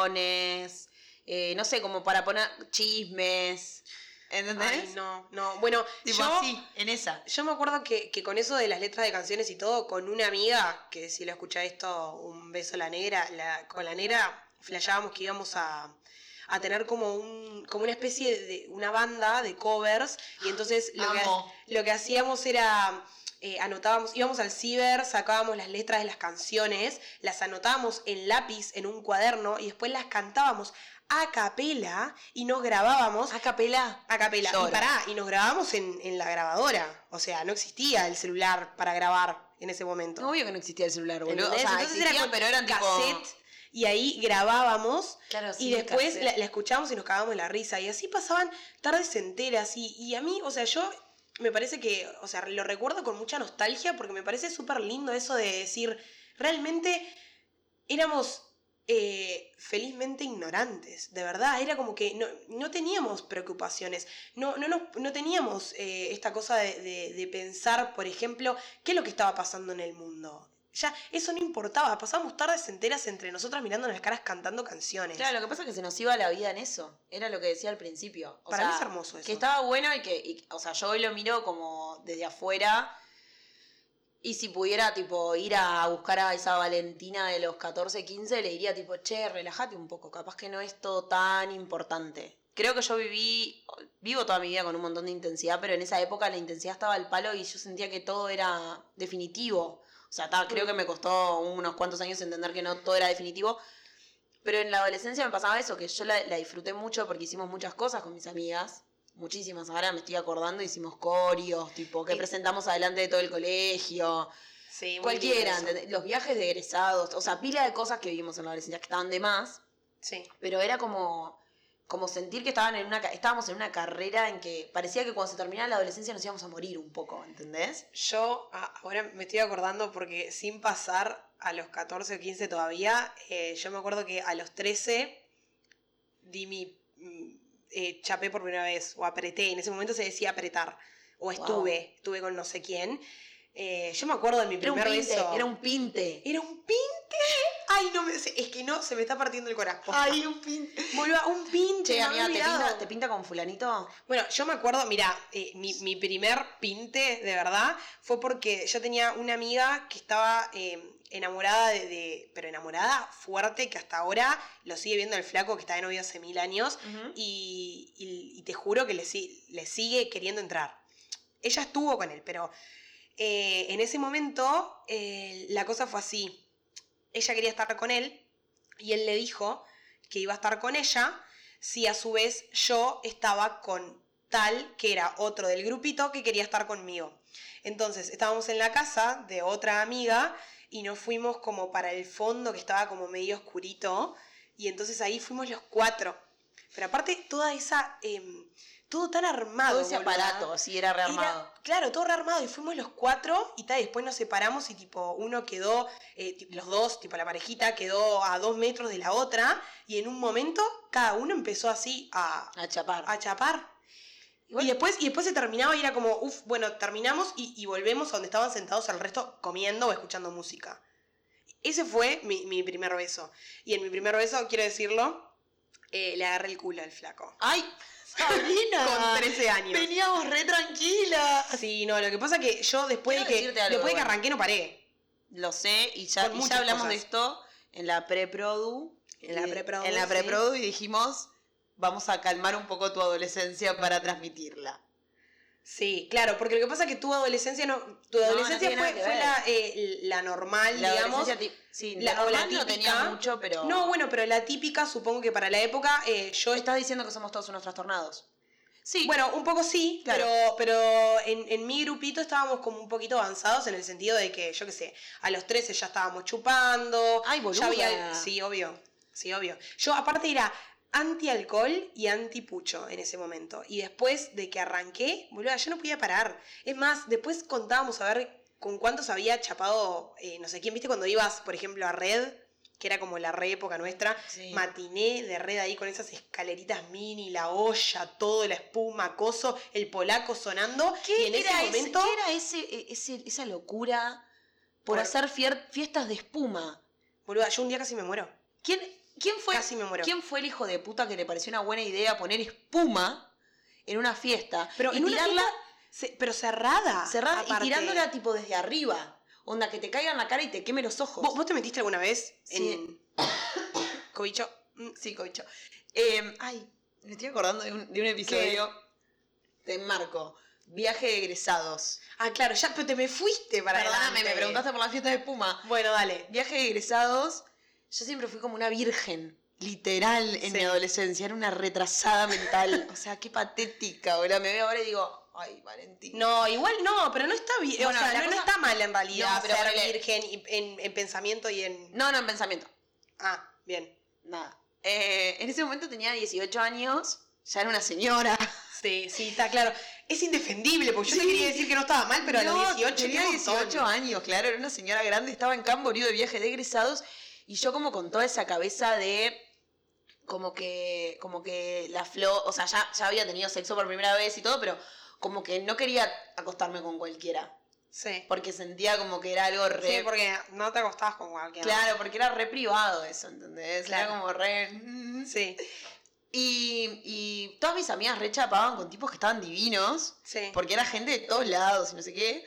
[SPEAKER 3] canciones, eh, no sé, como para poner chismes, ¿entendés?
[SPEAKER 1] Ay, no, no. Bueno,
[SPEAKER 3] Tipo
[SPEAKER 1] yo,
[SPEAKER 3] así, en esa.
[SPEAKER 1] yo me acuerdo que, que con eso de las letras de canciones y todo, con una amiga, que si lo escucha esto, un beso a la negra, la- con la negra flasheábamos que íbamos a, a tener como un como una especie de una banda de covers y entonces lo,
[SPEAKER 3] Amo.
[SPEAKER 1] que, lo que hacíamos era eh, anotábamos, íbamos al ciber, sacábamos las letras de las canciones, las anotábamos en lápiz, en un cuaderno y después las cantábamos a capela y nos grabábamos
[SPEAKER 3] A capela.
[SPEAKER 1] a capela.
[SPEAKER 3] Lloro.
[SPEAKER 1] Y pará, y nos grabamos en, en la grabadora. O sea, no existía el celular para grabar en ese momento.
[SPEAKER 3] No, obvio que no existía el celular, boludo.
[SPEAKER 1] ¿Entendés?
[SPEAKER 3] O sea,
[SPEAKER 1] Entonces
[SPEAKER 3] existía,
[SPEAKER 1] era con
[SPEAKER 3] pero eran tipo-
[SPEAKER 1] cassette y ahí grabábamos
[SPEAKER 3] Claro, sí,
[SPEAKER 1] y después
[SPEAKER 3] cassette.
[SPEAKER 1] la, la escuchábamos y nos cagábamos la risa. Y así pasaban tardes enteras. Y, y a mí, o sea, yo me parece que, o sea, lo recuerdo con mucha nostalgia porque me parece súper lindo eso de decir, realmente éramos eh, felizmente ignorantes, de verdad. Era como que no, no teníamos preocupaciones, no, no, nos- no teníamos eh, esta cosa de, de- de pensar, por ejemplo, qué es lo que estaba pasando en el mundo. Ya, eso no importaba, pasábamos tardes enteras entre nosotras mirándonos las caras cantando canciones.
[SPEAKER 3] Claro, lo que pasa es que se nos iba la vida en eso. Era lo que decía al principio. O
[SPEAKER 1] Para
[SPEAKER 3] sea,
[SPEAKER 1] mí es hermoso eso.
[SPEAKER 3] Que estaba bueno y que, y- o sea, yo hoy lo miro como desde afuera. Y si pudiera, tipo, ir a buscar a esa Valentina de los 14, 15, le diría, tipo, che, relájate un poco, capaz que no es todo tan importante. Creo que yo viví, vivo toda mi vida con un montón de intensidad, pero en esa época la intensidad estaba al palo y yo sentía que todo era definitivo. O sea, ta, creo que me costó unos cuantos años entender que no todo era definitivo. Pero en la adolescencia me pasaba eso, que yo la, la disfruté mucho porque hicimos muchas cosas con mis amigas. Muchísimas, ahora me estoy acordando, hicimos corios, tipo, que
[SPEAKER 1] Sí.
[SPEAKER 3] presentamos adelante de todo el colegio.
[SPEAKER 1] Sí, muy
[SPEAKER 3] Cualquiera,
[SPEAKER 1] lindo eso.
[SPEAKER 3] ¿entendés? los viajes de egresados, o sea, pila de cosas que vivimos en la adolescencia que estaban de más,
[SPEAKER 1] Sí.
[SPEAKER 3] pero era como, como sentir que estaban en una, ca- estábamos en una carrera en que parecía que cuando se terminaba la adolescencia nos íbamos a morir un poco, ¿entendés?
[SPEAKER 1] Yo a- ahora me estoy acordando porque sin pasar a los 14 o 15 todavía, eh, yo me acuerdo que a los 13 di mi... mm, eh, chapé por primera vez o apreté, en ese momento se decía apretar, o estuve, estuve con no sé quién. Eh, yo me acuerdo de mi
[SPEAKER 3] Era un
[SPEAKER 1] primer
[SPEAKER 3] pinte,
[SPEAKER 1] beso.
[SPEAKER 3] era un pinte.
[SPEAKER 1] ¿Era un pinte? Ay, no me... Es que no, se me está partiendo el corazón. Ay,
[SPEAKER 3] un pinte.
[SPEAKER 1] a un pinte.
[SPEAKER 3] Che,
[SPEAKER 1] me había
[SPEAKER 3] amiga, ¿te pinta,
[SPEAKER 1] olvidado.
[SPEAKER 3] ¿te pinta con fulanito?
[SPEAKER 1] Bueno, yo me acuerdo, mira, eh, mi, mi primer pinte, de verdad, fue porque yo tenía una amiga que estaba eh, enamorada de, de- pero enamorada fuerte, que hasta ahora lo sigue viendo el flaco que está de novio hace mil años, y, y- y te juro que le, si- le sigue queriendo entrar. Ella estuvo con él, pero eh, en ese momento eh, la cosa fue así. Ella quería estar con él y él le dijo que iba a estar con ella si a su vez yo estaba con tal que era otro del grupito que quería estar conmigo. Entonces estábamos en la casa de otra amiga y nos fuimos como para el fondo que estaba como medio oscurito y entonces ahí fuimos los cuatro. Pero aparte toda esa... em, todo tan armado.
[SPEAKER 3] Todo ese
[SPEAKER 1] boluda.
[SPEAKER 3] aparato, sí, era rearmado.
[SPEAKER 1] Era- claro, todo rearmado y fuimos los cuatro y tal, después nos separamos y tipo uno quedó, eh, ti- los dos, tipo la parejita quedó a dos metros de la otra y en un momento cada uno empezó así a,
[SPEAKER 3] A chapar.
[SPEAKER 1] a chapar.
[SPEAKER 3] Igual-
[SPEAKER 1] Y después, y después se terminaba y era como, uff, bueno, terminamos y, y volvemos a donde estaban sentados el resto comiendo o escuchando música. Ese fue mi, mi primer beso. Y en mi primer beso, quiero decirlo, eh, le agarré el culo al flaco.
[SPEAKER 3] ¡Ay! ¡Sabrina!
[SPEAKER 1] Con 13 años.
[SPEAKER 3] Veníamos re tranquila.
[SPEAKER 1] Sí, no, lo que pasa que yo después
[SPEAKER 3] Quiero
[SPEAKER 1] de que,
[SPEAKER 3] decirte algo,
[SPEAKER 1] después de que
[SPEAKER 3] bueno.
[SPEAKER 1] arranqué no paré.
[SPEAKER 3] Lo sé, y ya,
[SPEAKER 1] Con
[SPEAKER 3] y ya
[SPEAKER 1] muchas
[SPEAKER 3] hablamos de
[SPEAKER 1] cosas.
[SPEAKER 3] esto en la pre-produ.
[SPEAKER 1] En la
[SPEAKER 3] Y-
[SPEAKER 1] pre-produ,
[SPEAKER 3] En la
[SPEAKER 1] sí.
[SPEAKER 3] pre-produ y dijimos, vamos a calmar un poco tu adolescencia para transmitirla.
[SPEAKER 1] Sí, claro, porque lo que pasa es que tu adolescencia no, tu adolescencia
[SPEAKER 3] tiene
[SPEAKER 1] fue,
[SPEAKER 3] nada que
[SPEAKER 1] fue
[SPEAKER 3] ver.
[SPEAKER 1] la, eh, la normal,
[SPEAKER 3] La
[SPEAKER 1] digamos.
[SPEAKER 3] adolescencia ti- sí,
[SPEAKER 1] la-
[SPEAKER 3] la,
[SPEAKER 1] o la
[SPEAKER 3] normal no tenía
[SPEAKER 1] típica-
[SPEAKER 3] mucho, pero
[SPEAKER 1] No, bueno, pero la típica, supongo que para la época, eh, yo estaba.
[SPEAKER 3] estás diciendo que somos todos unos trastornados. Sí,
[SPEAKER 1] Bueno, un poco sí,
[SPEAKER 3] Claro.
[SPEAKER 1] pero, pero en, en mi grupito estábamos como un poquito avanzados en el sentido de que, yo qué sé, a los 13 ya estábamos chupando.
[SPEAKER 3] Ay, boluda.
[SPEAKER 1] ya había- Sí, obvio. Sí, obvio. Yo aparte era anti-alcohol y anti-pucho en ese momento. Y después de que arranqué, boluda, yo no podía parar. Es más, después contábamos a ver con cuántos había chapado, eh, no sé quién, viste, cuando ibas, por ejemplo, a Red, que era como la re época nuestra,
[SPEAKER 3] Sí.
[SPEAKER 1] matiné de red ahí con esas escaleritas mini, la olla, todo, la espuma, coso, el polaco sonando. y en ese
[SPEAKER 3] era
[SPEAKER 1] momento,
[SPEAKER 3] qué era ese, e- ese- esa locura por,
[SPEAKER 1] Por-
[SPEAKER 3] hacer fier- fiestas de espuma?
[SPEAKER 1] boluda, yo un día casi me muero.
[SPEAKER 3] ¿Quién, quién, fue,
[SPEAKER 1] casi me muero.
[SPEAKER 3] ¿Quién fue el hijo de puta que le pareció una buena idea poner espuma en una fiesta
[SPEAKER 1] Pero
[SPEAKER 3] y
[SPEAKER 1] en una
[SPEAKER 3] tirarla
[SPEAKER 1] fiesta se- pero cerrada.
[SPEAKER 3] cerrada y
[SPEAKER 1] aparte.
[SPEAKER 3] tirándola tipo desde arriba? Onda, que te caiga en la cara y te queme los ojos.
[SPEAKER 1] ¿Vos, vos te metiste alguna vez
[SPEAKER 3] Sí.
[SPEAKER 1] en. Cobicho? Em, Mm,
[SPEAKER 3] Sí, cocho. Eh, ay, me estoy acordando de un, de un episodio de Marco. Viaje de egresados.
[SPEAKER 1] Ah, claro, ya, pero te me fuiste para
[SPEAKER 3] Perdóname,
[SPEAKER 1] adelante.
[SPEAKER 3] me preguntaste por la fiesta de espuma.
[SPEAKER 1] Bueno, dale.
[SPEAKER 3] Viaje de egresados, yo siempre fui como una virgen, literal, en
[SPEAKER 1] Sí.
[SPEAKER 3] mi adolescencia. Era una retrasada mental. o sea, qué patética, boludo. Me veo ahora y digo, ay, Valentín.
[SPEAKER 1] No, igual no, pero no está bien.
[SPEAKER 3] Bueno,
[SPEAKER 1] o sea,
[SPEAKER 3] la
[SPEAKER 1] no, no
[SPEAKER 3] cosa-
[SPEAKER 1] está mal en realidad
[SPEAKER 3] No, pero
[SPEAKER 1] ser
[SPEAKER 3] ponele-
[SPEAKER 1] virgen y- en, en pensamiento y en.
[SPEAKER 3] No, no, en pensamiento.
[SPEAKER 1] Ah, bien.
[SPEAKER 3] Nada. Eh, en ese momento tenía 18 años, ya era una señora.
[SPEAKER 1] Sí, sí, está claro. Es indefendible, porque yo te quería decir que no estaba mal, pero a
[SPEAKER 3] No,
[SPEAKER 1] los 18
[SPEAKER 3] tenía
[SPEAKER 1] era un montón.
[SPEAKER 3] 18 años, claro, era una señora grande, estaba en Camboriú de viaje de egresados y yo como con toda esa cabeza de como que como que la flor, o sea, ya, ya había tenido sexo por primera vez y todo, pero como que no quería acostarme con cualquiera,
[SPEAKER 1] Sí.
[SPEAKER 3] porque sentía como que era algo re
[SPEAKER 1] Sí, porque no te acostabas con cualquiera.
[SPEAKER 3] Claro, porque era re privado eso, ¿entendés?
[SPEAKER 1] Claro.
[SPEAKER 3] Era como re mm.
[SPEAKER 1] Sí,
[SPEAKER 3] y, y todas mis amigas re chapaban con tipos que estaban divinos.
[SPEAKER 1] sí.
[SPEAKER 3] porque era gente de todos lados y no sé qué.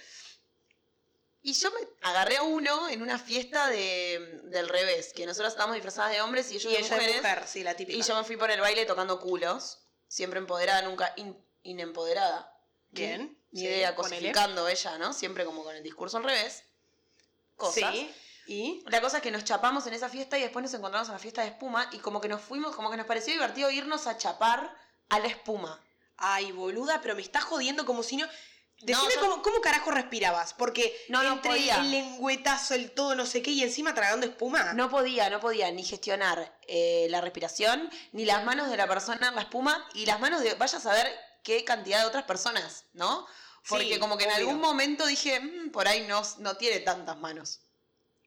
[SPEAKER 3] Y yo me agarré a uno en una fiesta de, del revés, que nosotros estábamos disfrazadas de hombres y ellos
[SPEAKER 1] y
[SPEAKER 3] de
[SPEAKER 1] ella es
[SPEAKER 3] mujeres.
[SPEAKER 1] mujer, sí, la típica.
[SPEAKER 3] y yo me fui por el baile tocando culos, siempre empoderada, nunca in- inempoderada.
[SPEAKER 1] Bien.
[SPEAKER 3] Ni
[SPEAKER 1] sí,
[SPEAKER 3] idea,
[SPEAKER 1] ponele.
[SPEAKER 3] cosificando ella, ¿no? Siempre como con el discurso al revés. Cosas.
[SPEAKER 1] Sí. Y.
[SPEAKER 3] La cosa es que nos chapamos en esa fiesta y después nos encontramos en la fiesta de espuma y como que nos fuimos, como que nos pareció divertido irnos a chapar a la espuma.
[SPEAKER 1] Ay, boluda, pero me estás jodiendo como si no. Decime
[SPEAKER 3] yo-
[SPEAKER 1] cómo, cómo carajo respirabas, porque
[SPEAKER 3] No, no
[SPEAKER 1] entre
[SPEAKER 3] podía.
[SPEAKER 1] el lengüetazo, el todo, no sé qué, y encima tragando espuma.
[SPEAKER 3] No podía, no podía ni gestionar eh, la respiración, ni las manos de la persona en la espuma, y las manos de, vaya a saber qué cantidad de otras personas, ¿no? Porque
[SPEAKER 1] Sí,
[SPEAKER 3] como que en
[SPEAKER 1] obvio.
[SPEAKER 3] algún momento dije, "Mm, por ahí no, no tiene tantas manos,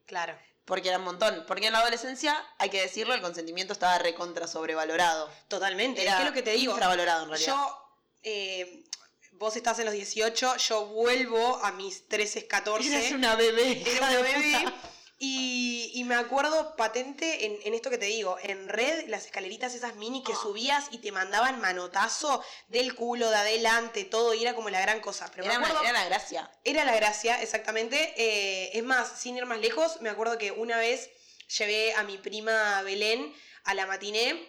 [SPEAKER 1] Claro.
[SPEAKER 3] porque era un montón. Porque en la adolescencia, hay que decirlo, el consentimiento estaba recontra sobrevalorado.
[SPEAKER 1] Totalmente.
[SPEAKER 3] Era
[SPEAKER 1] es que lo que te digo.
[SPEAKER 3] infravalorado en realidad.
[SPEAKER 1] Yo, eh, vos estás en los 18, yo vuelvo a mis 13, 14.
[SPEAKER 3] Eras una bebé.
[SPEAKER 1] Era una bebé. Y, y me acuerdo patente en, en esto que te digo, en red, las escaleritas esas mini
[SPEAKER 3] Ah.
[SPEAKER 1] que subías y te mandaban manotazo del culo, de adelante, todo, y era como la gran cosa. Pero me
[SPEAKER 3] Era, una-
[SPEAKER 1] acuerdo-
[SPEAKER 3] era la gracia.
[SPEAKER 1] era la gracia, exactamente. Eh, es más, sin ir más lejos, me acuerdo que una vez llevé a mi prima Belén a la matiné,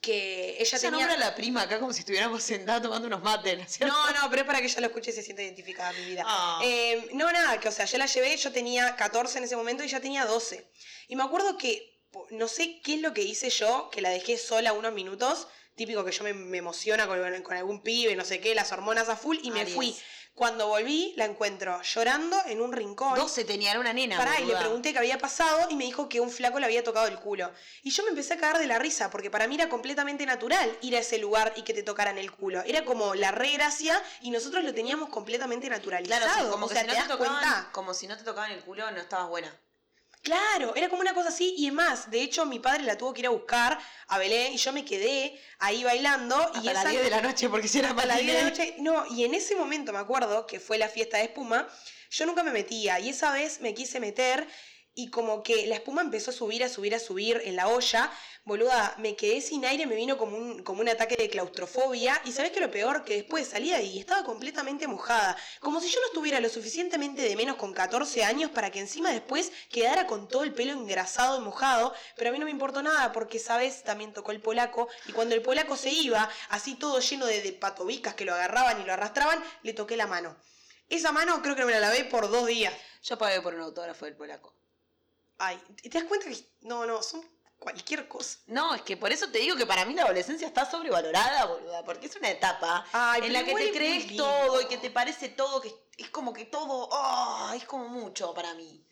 [SPEAKER 1] que ella
[SPEAKER 3] Ya
[SPEAKER 1] tenía...
[SPEAKER 3] nombra a la prima acá como si estuviéramos sentadas tomando unos mates. ¿no es cierto?
[SPEAKER 1] No, no, pero es para que ella lo escuche y se sienta identificada, mi vida.
[SPEAKER 3] Ah.
[SPEAKER 1] Eh, no, nada, que o sea, yo la llevé, yo tenía 14 en ese momento y ya tenía 12. Y me acuerdo que, po- no sé qué es lo que hice yo, que la dejé sola unos minutos, típico que yo me, me emociona con, con algún pibe, no sé qué, las hormonas a full, y me
[SPEAKER 3] Aries.
[SPEAKER 1] fui. Cuando volví, la encuentro llorando en un rincón.
[SPEAKER 3] 12 tenía, era una nena.
[SPEAKER 1] Pará, y le
[SPEAKER 3] boluda.
[SPEAKER 1] pregunté qué había pasado y me dijo que un flaco le había tocado el culo. Y yo me empecé a cagar de la risa, porque para mí era completamente natural ir a ese lugar y que te tocaran el culo. Era como la re gracia y nosotros lo teníamos completamente naturalizado.
[SPEAKER 3] Claro, sí, como
[SPEAKER 1] o
[SPEAKER 3] que
[SPEAKER 1] sea,
[SPEAKER 3] si no
[SPEAKER 1] ¿te
[SPEAKER 3] te
[SPEAKER 1] das
[SPEAKER 3] tocaban-
[SPEAKER 1] cuenta?
[SPEAKER 3] como si no te tocaban el culo, no estabas buena.
[SPEAKER 1] Claro, era como una cosa así. Y es más, de hecho, mi padre la tuvo que ir a buscar a Belén y yo me quedé ahí bailando. y esa
[SPEAKER 3] la noche, porque si era
[SPEAKER 1] a las 10 de la noche. No, y en ese momento me acuerdo que fue la fiesta de espuma, yo nunca me metía y esa vez me quise meter y como que la espuma empezó a subir, a subir, a subir en la olla. Boluda, me quedé sin aire, me vino como un, como un ataque de claustrofobia. Y sabes que lo peor, que después salí de ahí y estaba completamente mojada. Como si yo no estuviera lo suficientemente de menos con 14 años para que encima después quedara con todo el pelo engrasado y mojado. Pero a mí no me importó nada porque, sabes, también tocó el polaco. Y cuando el polaco se iba, así todo lleno de, de patobicas que lo agarraban y lo arrastraban, le toqué la mano. Esa mano creo que no me la lavé por dos días.
[SPEAKER 3] Yo pagué por un autógrafo del polaco.
[SPEAKER 1] Ay, ¿te das cuenta que.? No, no, son cualquier cosa.
[SPEAKER 3] No, es que por eso te digo que para mí la adolescencia está sobrevalorada, boluda, porque es una etapa
[SPEAKER 1] Ay,
[SPEAKER 3] en
[SPEAKER 1] pero
[SPEAKER 3] la que
[SPEAKER 1] igual
[SPEAKER 3] te
[SPEAKER 1] es
[SPEAKER 3] crees
[SPEAKER 1] muy lindo.
[SPEAKER 3] todo y que te parece todo, que es como que todo, ah, es como mucho para mí.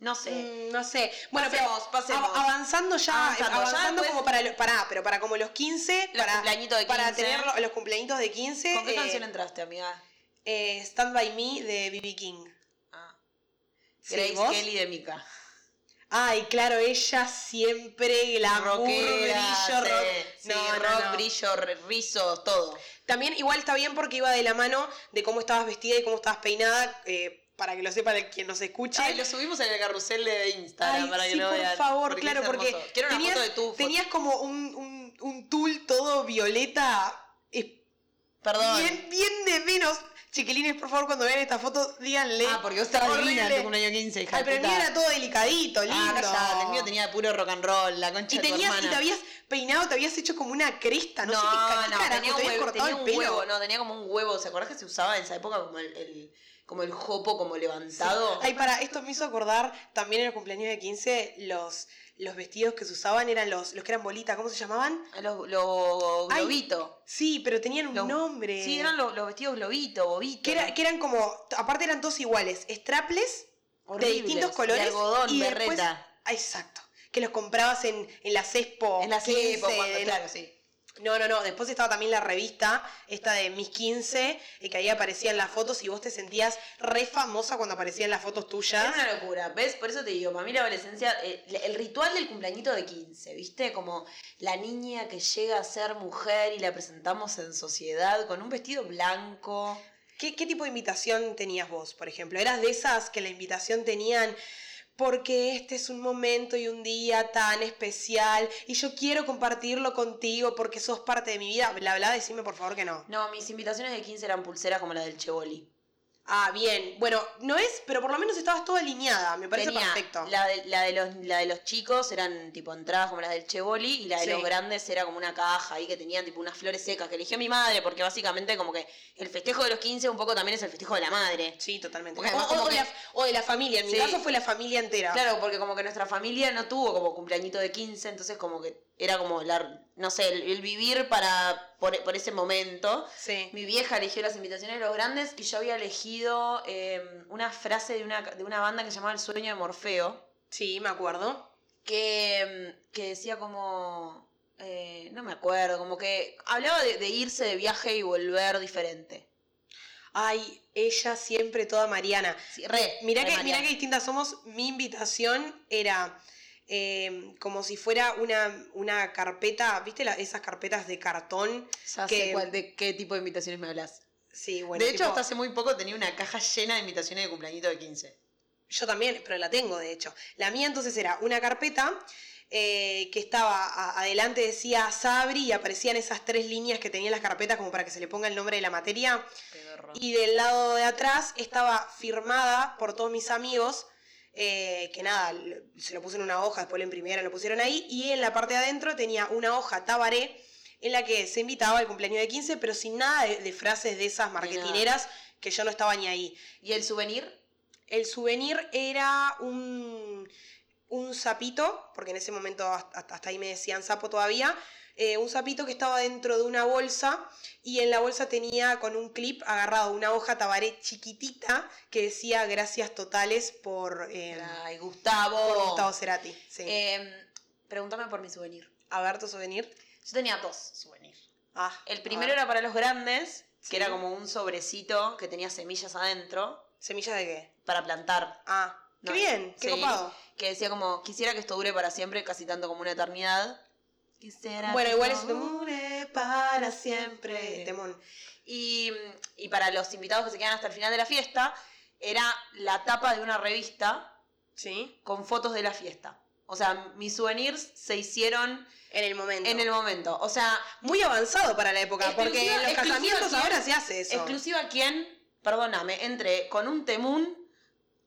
[SPEAKER 3] No sé.
[SPEAKER 1] Mm, no sé. Bueno, pero
[SPEAKER 3] Pasemos, pasemos.
[SPEAKER 1] av- avanzando ya,
[SPEAKER 3] Avanzando, ya
[SPEAKER 1] avanzando,
[SPEAKER 3] después-
[SPEAKER 1] como para, lo- para, pero para como los 15,
[SPEAKER 3] Los
[SPEAKER 1] para,
[SPEAKER 3] cumpleañitos de
[SPEAKER 1] para
[SPEAKER 3] 15.
[SPEAKER 1] tener lo- los cumpleaños de 15.
[SPEAKER 3] ¿Con qué
[SPEAKER 1] eh,
[SPEAKER 3] canción entraste, amiga?
[SPEAKER 1] eh, Stand By Me de B.B. King.
[SPEAKER 3] Ah,
[SPEAKER 1] Sí,
[SPEAKER 3] Grace
[SPEAKER 1] ¿vos?
[SPEAKER 3] Kelly de Mika.
[SPEAKER 1] Ay, claro, ella siempre glamour,
[SPEAKER 3] Rockera,
[SPEAKER 1] brillo,
[SPEAKER 3] sí,
[SPEAKER 1] rock.
[SPEAKER 3] sí,
[SPEAKER 1] No, no,
[SPEAKER 3] rock,
[SPEAKER 1] no.
[SPEAKER 3] brillo, re- rizos, todo.
[SPEAKER 1] También igual está bien porque iba de la mano de cómo estabas vestida y cómo estabas peinada, eh, para que lo sepa quien nos escuche.
[SPEAKER 3] Ay, lo subimos en el carrusel de Instagram
[SPEAKER 1] Ay,
[SPEAKER 3] para que
[SPEAKER 1] sí,
[SPEAKER 3] lo
[SPEAKER 1] por
[SPEAKER 3] vean.
[SPEAKER 1] favor,
[SPEAKER 3] es
[SPEAKER 1] claro, porque
[SPEAKER 3] hermoso. Quiero una
[SPEAKER 1] tenías,
[SPEAKER 3] foto de tu foto.
[SPEAKER 1] tenías como un, un, un tul todo violeta. es-
[SPEAKER 3] Perdón.
[SPEAKER 1] Bien, bien de menos. Chiquilines, por favor, cuando vean esta foto, díganle.
[SPEAKER 3] Ah, porque vos estabas
[SPEAKER 1] Horrible.
[SPEAKER 3] divina, tengo un año 15, hija
[SPEAKER 1] Ay,
[SPEAKER 3] de
[SPEAKER 1] pero el mío
[SPEAKER 3] puta.
[SPEAKER 1] era todo delicadito, lindo.
[SPEAKER 3] Ah, callada, el mío tenía puro rock and roll, la concha
[SPEAKER 1] y,
[SPEAKER 3] de tu
[SPEAKER 1] tenías, y
[SPEAKER 3] hermana.
[SPEAKER 1] te habías peinado, te habías hecho como una cresta, no,
[SPEAKER 3] no,
[SPEAKER 1] sé qué ca-
[SPEAKER 3] no,
[SPEAKER 1] carajo,
[SPEAKER 3] tenía
[SPEAKER 1] te
[SPEAKER 3] un,
[SPEAKER 1] habías
[SPEAKER 3] huevo,
[SPEAKER 1] cortado
[SPEAKER 3] tenía
[SPEAKER 1] el
[SPEAKER 3] un
[SPEAKER 1] pelo.
[SPEAKER 3] huevo, no, tenía como un huevo, ¿se acuerdas que se usaba en esa época como el, el- como el jopo como levantado?
[SPEAKER 1] Ay, para, esto me hizo acordar también en los cumpleaños de 15, los, los vestidos que se usaban eran los, los que eran bolita, ¿cómo se llamaban?
[SPEAKER 3] A los los
[SPEAKER 1] Ay,
[SPEAKER 3] globito.
[SPEAKER 1] Sí, pero tenían un
[SPEAKER 3] Los-
[SPEAKER 1] nombre.
[SPEAKER 3] Sí, eran los, los vestidos globito, bobito.
[SPEAKER 1] que, era- que eran como, aparte eran todos iguales, strapless de
[SPEAKER 3] Horribles,
[SPEAKER 1] distintos colores.
[SPEAKER 3] De algodón,
[SPEAKER 1] y después-
[SPEAKER 3] berreta.
[SPEAKER 1] Ah, exacto. Que los comprabas en, en la Cespo.
[SPEAKER 3] En la
[SPEAKER 1] 15,
[SPEAKER 3] cepo, cuando,
[SPEAKER 1] de-
[SPEAKER 3] claro, sí.
[SPEAKER 1] No, no, no. Después estaba también la revista, esta de Mis 15, eh, que ahí aparecían las fotos y vos te sentías re famosa cuando aparecían las fotos tuyas.
[SPEAKER 3] Era una locura, ¿ves? Por eso te digo, para mí la adolescencia, eh, el ritual del cumpleañito de 15, ¿viste? Como la niña que llega a ser mujer y la presentamos en sociedad con un vestido blanco.
[SPEAKER 1] ¿Qué, qué tipo de invitación tenías vos, por ejemplo? ¿Eras de esas que la invitación tenían porque este es un momento y un día tan especial y yo quiero compartirlo contigo porque sos parte de mi vida? Bla, bla, decime por favor que no.
[SPEAKER 3] No, mis invitaciones de 15 eran pulseras como la del Chevoli.
[SPEAKER 1] Ah, bien. Bueno, no es, pero por lo menos estabas toda alineada. Me parece
[SPEAKER 3] Tenía
[SPEAKER 1] perfecto.
[SPEAKER 3] La de, la, de los, la de los chicos eran tipo entradas como las del Chevoli y la de
[SPEAKER 1] Sí.
[SPEAKER 3] los grandes era como una caja ahí que tenían tipo unas flores secas que eligió mi madre porque básicamente como que el festejo de los 15 un poco también es el festejo de la madre.
[SPEAKER 1] Sí, totalmente.
[SPEAKER 3] Porque
[SPEAKER 1] o,
[SPEAKER 3] además
[SPEAKER 1] o
[SPEAKER 3] como que-
[SPEAKER 1] de la, o de la familia. En mi
[SPEAKER 3] Sí.
[SPEAKER 1] caso fue la familia entera.
[SPEAKER 3] Claro, porque como que nuestra familia no tuvo como cumpleañito de 15, entonces como que era como la, no sé, el, el vivir para por, por ese momento.
[SPEAKER 1] Sí.
[SPEAKER 3] Mi vieja eligió las invitaciones de los grandes y yo había elegido eh, una frase de una, de una banda que se llamaba El sueño de Morfeo,
[SPEAKER 1] Sí, me acuerdo.
[SPEAKER 3] que, mm, que decía como, eh, no me acuerdo, como que hablaba de, de irse de viaje y volver diferente.
[SPEAKER 1] Ay, ella siempre toda Mariana.
[SPEAKER 3] Sí, re,
[SPEAKER 1] Mirá
[SPEAKER 3] re
[SPEAKER 1] que,
[SPEAKER 3] Mariana.
[SPEAKER 1] mirá que distintas somos. Mi invitación era eh, como si fuera una, una carpeta, ¿viste? la- esas carpetas de cartón.
[SPEAKER 3] Ya
[SPEAKER 1] que-
[SPEAKER 3] sé cuál- de qué tipo de invitaciones me hablas.
[SPEAKER 1] Sí, bueno.
[SPEAKER 3] de hecho,
[SPEAKER 1] tipo-
[SPEAKER 3] hasta hace muy poco tenía una caja llena de invitaciones de cumpleañito de 15.
[SPEAKER 1] Yo también, pero la tengo, de hecho. La mía entonces era una carpeta eh, que estaba a- adelante, decía Sabri, y aparecían esas tres líneas que tenían las carpetas como para que se le ponga el nombre de la materia. Y del lado de atrás estaba firmada por todos mis amigos, eh, que nada, l- se lo puse en una hoja, después lo imprimieron, lo pusieron ahí, y en la parte de adentro tenía una hoja tabaré en la que se invitaba al cumpleaños de 15, pero sin nada de, de frases de esas marketineras que yo no estaba ni ahí.
[SPEAKER 3] ¿Y el souvenir?
[SPEAKER 1] El souvenir era un, un sapito, porque en ese momento hasta, hasta ahí me decían sapo todavía, eh, un sapito que estaba dentro de una bolsa y en la bolsa tenía con un clip agarrado una hoja tabaré chiquitita que decía gracias totales por, eh,
[SPEAKER 3] Ay,
[SPEAKER 1] por
[SPEAKER 3] Gustavo.
[SPEAKER 1] Gustavo Cerati. Sí.
[SPEAKER 3] Eh, pregúntame por mi souvenir.
[SPEAKER 1] a ver tu souvenir.
[SPEAKER 3] Yo tenía dos souvenirs.
[SPEAKER 1] Ah,
[SPEAKER 3] El
[SPEAKER 1] a
[SPEAKER 3] primero
[SPEAKER 1] ver.
[SPEAKER 3] era para los grandes, que
[SPEAKER 1] Sí.
[SPEAKER 3] era como un sobrecito que tenía semillas adentro
[SPEAKER 1] ¿Semillas de qué?
[SPEAKER 3] para plantar.
[SPEAKER 1] Ah,
[SPEAKER 3] No,
[SPEAKER 1] qué bien, qué
[SPEAKER 3] sí.
[SPEAKER 1] copado.
[SPEAKER 3] Que decía como, quisiera que esto dure para siempre, casi tanto como una eternidad. Quisiera
[SPEAKER 1] Bueno,
[SPEAKER 3] que
[SPEAKER 1] igual es
[SPEAKER 3] esto
[SPEAKER 1] un para siempre. Temón.
[SPEAKER 3] Y, y para los invitados que se quedan hasta el final de la fiesta, era la tapa de una revista
[SPEAKER 1] Sí.
[SPEAKER 3] con fotos de la fiesta. O sea, mis souvenirs se hicieron
[SPEAKER 1] En el momento.
[SPEAKER 3] en el momento. O sea,
[SPEAKER 1] Muy avanzado para la época,
[SPEAKER 3] Exclusiva-
[SPEAKER 1] porque en los
[SPEAKER 3] exclusiva
[SPEAKER 1] casamientos
[SPEAKER 3] quién-
[SPEAKER 1] ahora se hace eso.
[SPEAKER 3] exclusiva quién, perdóname, entre con un temún,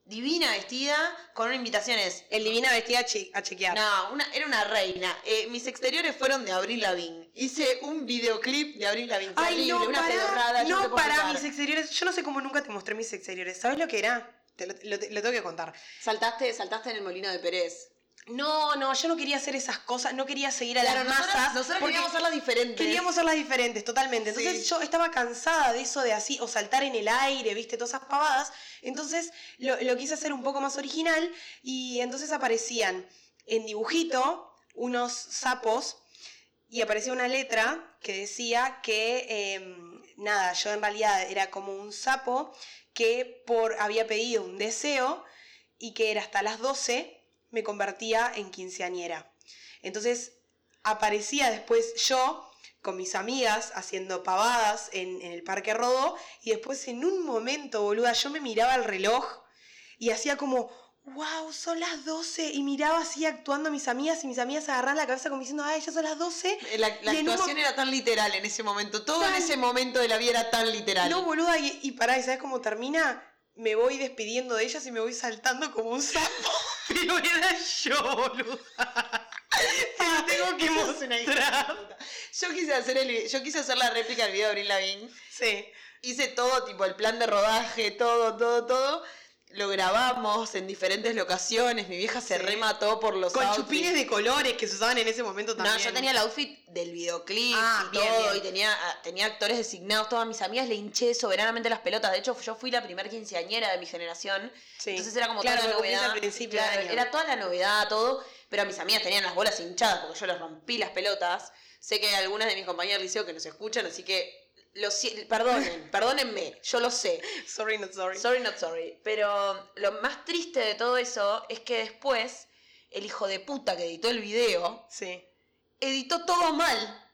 [SPEAKER 3] divina vestida, con invitaciones.
[SPEAKER 1] El divina vestida a che- a chequear.
[SPEAKER 3] No, una, era una reina. Eh, mis exteriores fueron de Abril Lavigne. Hice un videoclip de Abril Lavigne. Fue
[SPEAKER 1] Ay, no,
[SPEAKER 3] horrible, una
[SPEAKER 1] para,
[SPEAKER 3] pedorrada, yo te
[SPEAKER 1] no
[SPEAKER 3] puedo
[SPEAKER 1] para
[SPEAKER 3] contar.
[SPEAKER 1] mis exteriores. Yo no sé cómo nunca te mostré mis exteriores. ¿Sabes lo que era? Te lo, lo- lo tengo que contar.
[SPEAKER 3] Saltaste, saltaste en el molino de Pérez.
[SPEAKER 1] No, no, yo no quería hacer esas cosas, no quería seguir a
[SPEAKER 3] Claro,
[SPEAKER 1] las
[SPEAKER 3] nosotras-
[SPEAKER 1] masas.
[SPEAKER 3] nosotras
[SPEAKER 1] porque
[SPEAKER 3] queríamos hacerlo diferente.
[SPEAKER 1] Queríamos hacerlas diferentes, totalmente. Entonces
[SPEAKER 3] Sí.
[SPEAKER 1] yo estaba cansada de eso de así, o saltar en el aire, viste, todas esas pavadas. Entonces lo, lo quise hacer un poco más original y entonces aparecían en dibujito unos sapos y aparecía una letra que decía que, eh, nada, yo en realidad era como un sapo que por, había pedido un deseo y que era hasta las 12 me convertía en quinceañera. Entonces aparecía después yo con mis amigas haciendo pavadas en, en el Parque Rodó y después en un momento, boluda, yo me miraba al reloj y hacía como, wow, son las 12 y miraba así actuando a mis amigas y mis amigas agarraban la cabeza como diciendo, ay, ya son las 12.
[SPEAKER 3] Eh, La, la
[SPEAKER 1] Y en un
[SPEAKER 3] actuación era tan literal en ese momento. Todo
[SPEAKER 1] Tan-
[SPEAKER 3] en ese momento de la vida era tan literal.
[SPEAKER 1] No, boluda, y, y pará, ¿y sabes cómo termina? Me voy despidiendo de ellas y me voy saltando como un sapo. Pero era yo, boluda. Te lo tengo que
[SPEAKER 3] Sos Ah, una hija de
[SPEAKER 1] mostrar.
[SPEAKER 3] puta. Yo quise hacer el, yo quise hacer la réplica del video de Abril Lavigne.
[SPEAKER 1] Sí.
[SPEAKER 3] Hice todo, tipo el plan de rodaje, todo, todo, todo. Lo grabamos en diferentes locaciones. Mi vieja se
[SPEAKER 1] Sí.
[SPEAKER 3] remató por los
[SPEAKER 1] Con
[SPEAKER 3] outfits.
[SPEAKER 1] chupines de colores que se usaban en ese momento
[SPEAKER 3] No,
[SPEAKER 1] también.
[SPEAKER 3] yo tenía el outfit del videoclip
[SPEAKER 1] Ah,
[SPEAKER 3] y
[SPEAKER 1] bien,
[SPEAKER 3] todo,
[SPEAKER 1] bien.
[SPEAKER 3] y tenía, ah, tenía actores designados, todas mis amigas le hinché soberanamente las pelotas. De hecho, yo fui la primer quinceañera de mi generación.
[SPEAKER 1] Sí.
[SPEAKER 3] Entonces era como
[SPEAKER 1] claro,
[SPEAKER 3] toda la
[SPEAKER 1] lo que hice
[SPEAKER 3] novedad.
[SPEAKER 1] al principio
[SPEAKER 3] Claro,
[SPEAKER 1] del año.
[SPEAKER 3] Era toda la novedad, todo. Pero a mis amigas tenían las bolas hinchadas porque yo les rompí las pelotas. Sé que hay algunas de mis compañeras del liceo que nos escuchan, así que lo, si- perdonen, perdónenme, yo lo sé.
[SPEAKER 1] Sorry, not sorry.
[SPEAKER 3] Sorry, not sorry. Pero lo más triste de todo eso es que después el hijo de puta que editó el video
[SPEAKER 1] Sí.
[SPEAKER 3] editó todo mal.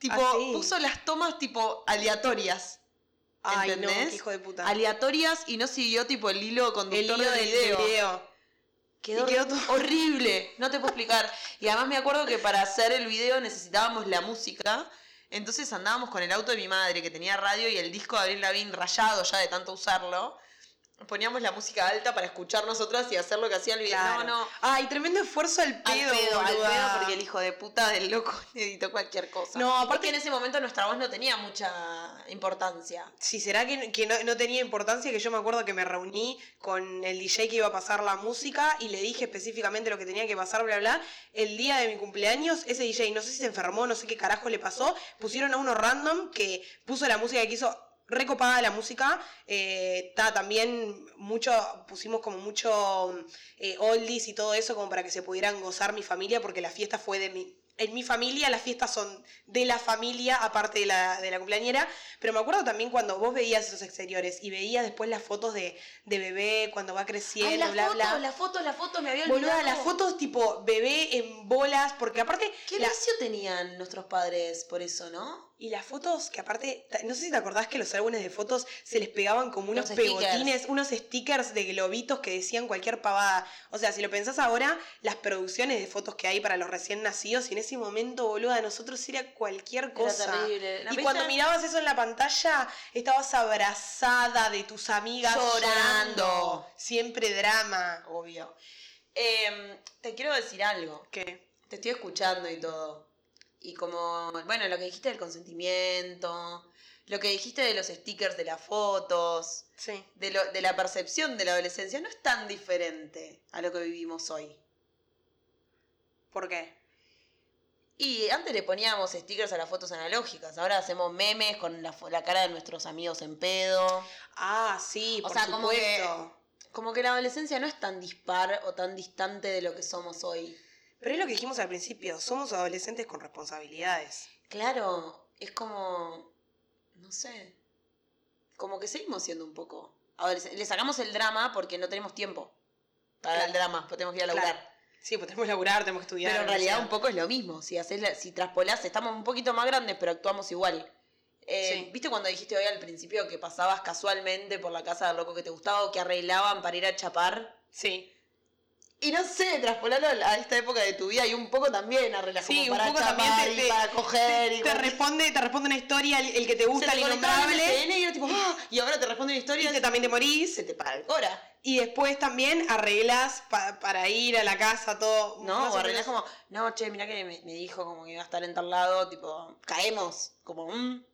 [SPEAKER 3] Tipo,
[SPEAKER 1] Ah, sí.
[SPEAKER 3] puso las tomas tipo aleatorias.
[SPEAKER 1] Ay, no,
[SPEAKER 3] ¿Entendés?
[SPEAKER 1] qué hijo de puta.
[SPEAKER 3] Aleatorias y no siguió tipo el hilo
[SPEAKER 1] el
[SPEAKER 3] conductor
[SPEAKER 1] hilo del
[SPEAKER 3] del video.
[SPEAKER 1] video.
[SPEAKER 3] Quedó,
[SPEAKER 1] Y quedó todo-
[SPEAKER 3] horrible, no te puedo explicar. Y además me acuerdo que para hacer el video necesitábamos la música. Entonces andábamos con el auto de mi madre que tenía radio y el disco de Abril Lavigne rayado ya de tanto usarlo. Poníamos la música alta para escuchar nosotras y hacer lo que hacía el video.
[SPEAKER 1] Claro.
[SPEAKER 3] No, no.
[SPEAKER 1] Ay, tremendo esfuerzo al
[SPEAKER 3] Al
[SPEAKER 1] pedo,
[SPEAKER 3] pedo, al
[SPEAKER 1] boluda.
[SPEAKER 3] pedo, porque el hijo de puta del loco editó cualquier cosa.
[SPEAKER 1] No,
[SPEAKER 3] Aparte
[SPEAKER 1] aparte...
[SPEAKER 3] en ese momento nuestra voz no tenía mucha importancia.
[SPEAKER 1] Si será que, que no, no tenía importancia, que yo me acuerdo que me reuní con el DJ que iba a pasar la música y le dije específicamente lo que tenía que pasar, bla, bla. El día de mi cumpleaños, ese DJ, no sé si se enfermó, no sé qué carajo le pasó, pusieron a uno random que puso la música que quiso, recopada la música. eh, ta, también mucho, pusimos como mucho eh, oldies y todo eso como para que se pudieran gozar mi familia porque la fiesta fue de mi... En mi familia las fiestas son de la familia, aparte de la, de la cumpleañera, pero me acuerdo también cuando vos veías esos exteriores y veías después las fotos de, de bebé cuando va creciendo,
[SPEAKER 3] Ay, las
[SPEAKER 1] bla,
[SPEAKER 3] fotos,
[SPEAKER 1] bla.
[SPEAKER 3] las fotos, las fotos, me había olvidado.
[SPEAKER 1] Boluda, las fotos tipo bebé en bolas, porque aparte...
[SPEAKER 3] ¿Qué
[SPEAKER 1] la-
[SPEAKER 3] vicio tenían nuestros padres por eso, no?
[SPEAKER 1] y las fotos, que aparte, ta- no sé si te acordás que los álbumes de fotos se les pegaban como unos
[SPEAKER 3] Los stickers.
[SPEAKER 1] pegotines, unos stickers de globitos que decían cualquier pavada. O sea, si lo pensás ahora, las producciones de fotos que hay para los recién nacidos, y en ese momento, boluda, nosotros era cualquier cosa.
[SPEAKER 3] Era terrible.
[SPEAKER 1] Y cuando mirabas eso en la pantalla, estabas abrazada de tus amigas
[SPEAKER 3] Llorando.
[SPEAKER 1] Siempre drama.
[SPEAKER 3] Obvio. Em, te quiero decir algo.
[SPEAKER 1] ¿Qué?
[SPEAKER 3] Te estoy escuchando y todo. Y como, bueno, lo que dijiste del consentimiento, lo que dijiste de los stickers de las fotos,
[SPEAKER 1] Sí.
[SPEAKER 3] de, lo- de la percepción de la adolescencia, no es tan diferente a lo que vivimos hoy.
[SPEAKER 1] ¿Por qué?
[SPEAKER 3] Y antes le poníamos stickers a las fotos analógicas, ahora hacemos memes con la, fo- la cara de nuestros amigos en pedo.
[SPEAKER 1] Ah, sí,
[SPEAKER 3] O
[SPEAKER 1] por
[SPEAKER 3] sea, como que-
[SPEAKER 1] supuesto.
[SPEAKER 3] Como que la adolescencia no es tan dispar o tan distante de lo que somos hoy.
[SPEAKER 1] Pero es lo que dijimos al principio, somos adolescentes con responsabilidades.
[SPEAKER 3] Claro, es como, no sé, como que seguimos siendo un poco adolescentes. Le sacamos el drama porque no tenemos tiempo para
[SPEAKER 1] Claro.
[SPEAKER 3] el drama, porque tenemos que ir a laburar.
[SPEAKER 1] Claro. Sí, pues tenemos que laburar, tenemos que estudiar.
[SPEAKER 3] Pero en
[SPEAKER 1] la
[SPEAKER 3] realidad un
[SPEAKER 1] universidad.
[SPEAKER 3] poco es lo mismo, si, haces la- si traspolás, estamos un poquito más grandes, pero actuamos igual. Eh,
[SPEAKER 1] Sí.
[SPEAKER 3] ¿Viste cuando dijiste hoy al principio que pasabas casualmente por la casa del loco que te gustaba o que arreglaban para ir a chapar?
[SPEAKER 1] Sí.
[SPEAKER 3] Y no sé, traspolarlo a esta época de tu vida y un poco también a relajar
[SPEAKER 1] Sí, un
[SPEAKER 3] para
[SPEAKER 1] poco
[SPEAKER 3] chapar
[SPEAKER 1] también te-
[SPEAKER 3] y
[SPEAKER 1] te-
[SPEAKER 3] para coger y
[SPEAKER 1] Te
[SPEAKER 3] como-
[SPEAKER 1] responde, te responde una historia, el, el que te
[SPEAKER 3] se
[SPEAKER 1] gusta,
[SPEAKER 3] te
[SPEAKER 1] el
[SPEAKER 3] conectaba en el
[SPEAKER 1] innombrable,
[SPEAKER 3] SDN y era tipo, ¡ah! y ahora te responde una
[SPEAKER 1] y
[SPEAKER 3] historia
[SPEAKER 1] te- también te morís.
[SPEAKER 3] se te para el cora.
[SPEAKER 1] Y después también arreglas pa- para ir a la casa, todo.
[SPEAKER 3] No,
[SPEAKER 1] Oh, más
[SPEAKER 3] o
[SPEAKER 1] o
[SPEAKER 3] arreglás
[SPEAKER 1] menos.
[SPEAKER 3] como, no, che, mirá que me, me dijo como que iba a estar en tal lado, tipo, caemos. Como, mm,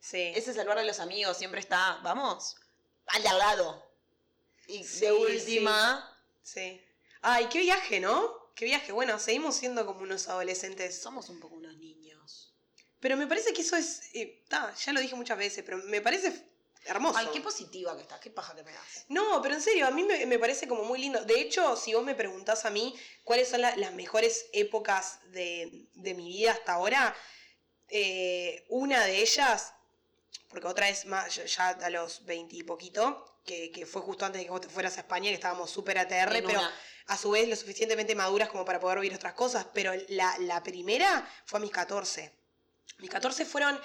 [SPEAKER 1] Sí.
[SPEAKER 3] ese es el bar de los amigos, siempre está, vamos, al de al lado. Y
[SPEAKER 1] Sí,
[SPEAKER 3] de última,
[SPEAKER 1] Sí. Ay, qué viaje, ¿no? Qué viaje. Bueno, seguimos siendo como unos adolescentes.
[SPEAKER 3] somos un poco unos niños.
[SPEAKER 1] Pero me parece que eso es. eh, ta, ya lo dije muchas veces, pero me parece f- hermoso.
[SPEAKER 3] Ay, qué positiva que estás, qué paja que me das.
[SPEAKER 1] no, pero en serio, a mí me, me parece como muy lindo. De hecho, si vos me preguntás a mí cuáles son la- las mejores épocas de, de mi vida hasta ahora, eh, una de ellas, porque otra es más, ya- ya a los 20 y poquito, que, que fue justo antes de que vos te fueras a España, que estábamos súper ATR,
[SPEAKER 3] En
[SPEAKER 1] pero
[SPEAKER 3] una-
[SPEAKER 1] a su vez lo suficientemente maduras como para poder vivir otras cosas, pero la, la primera fue a mis 14. Mis 14 fueron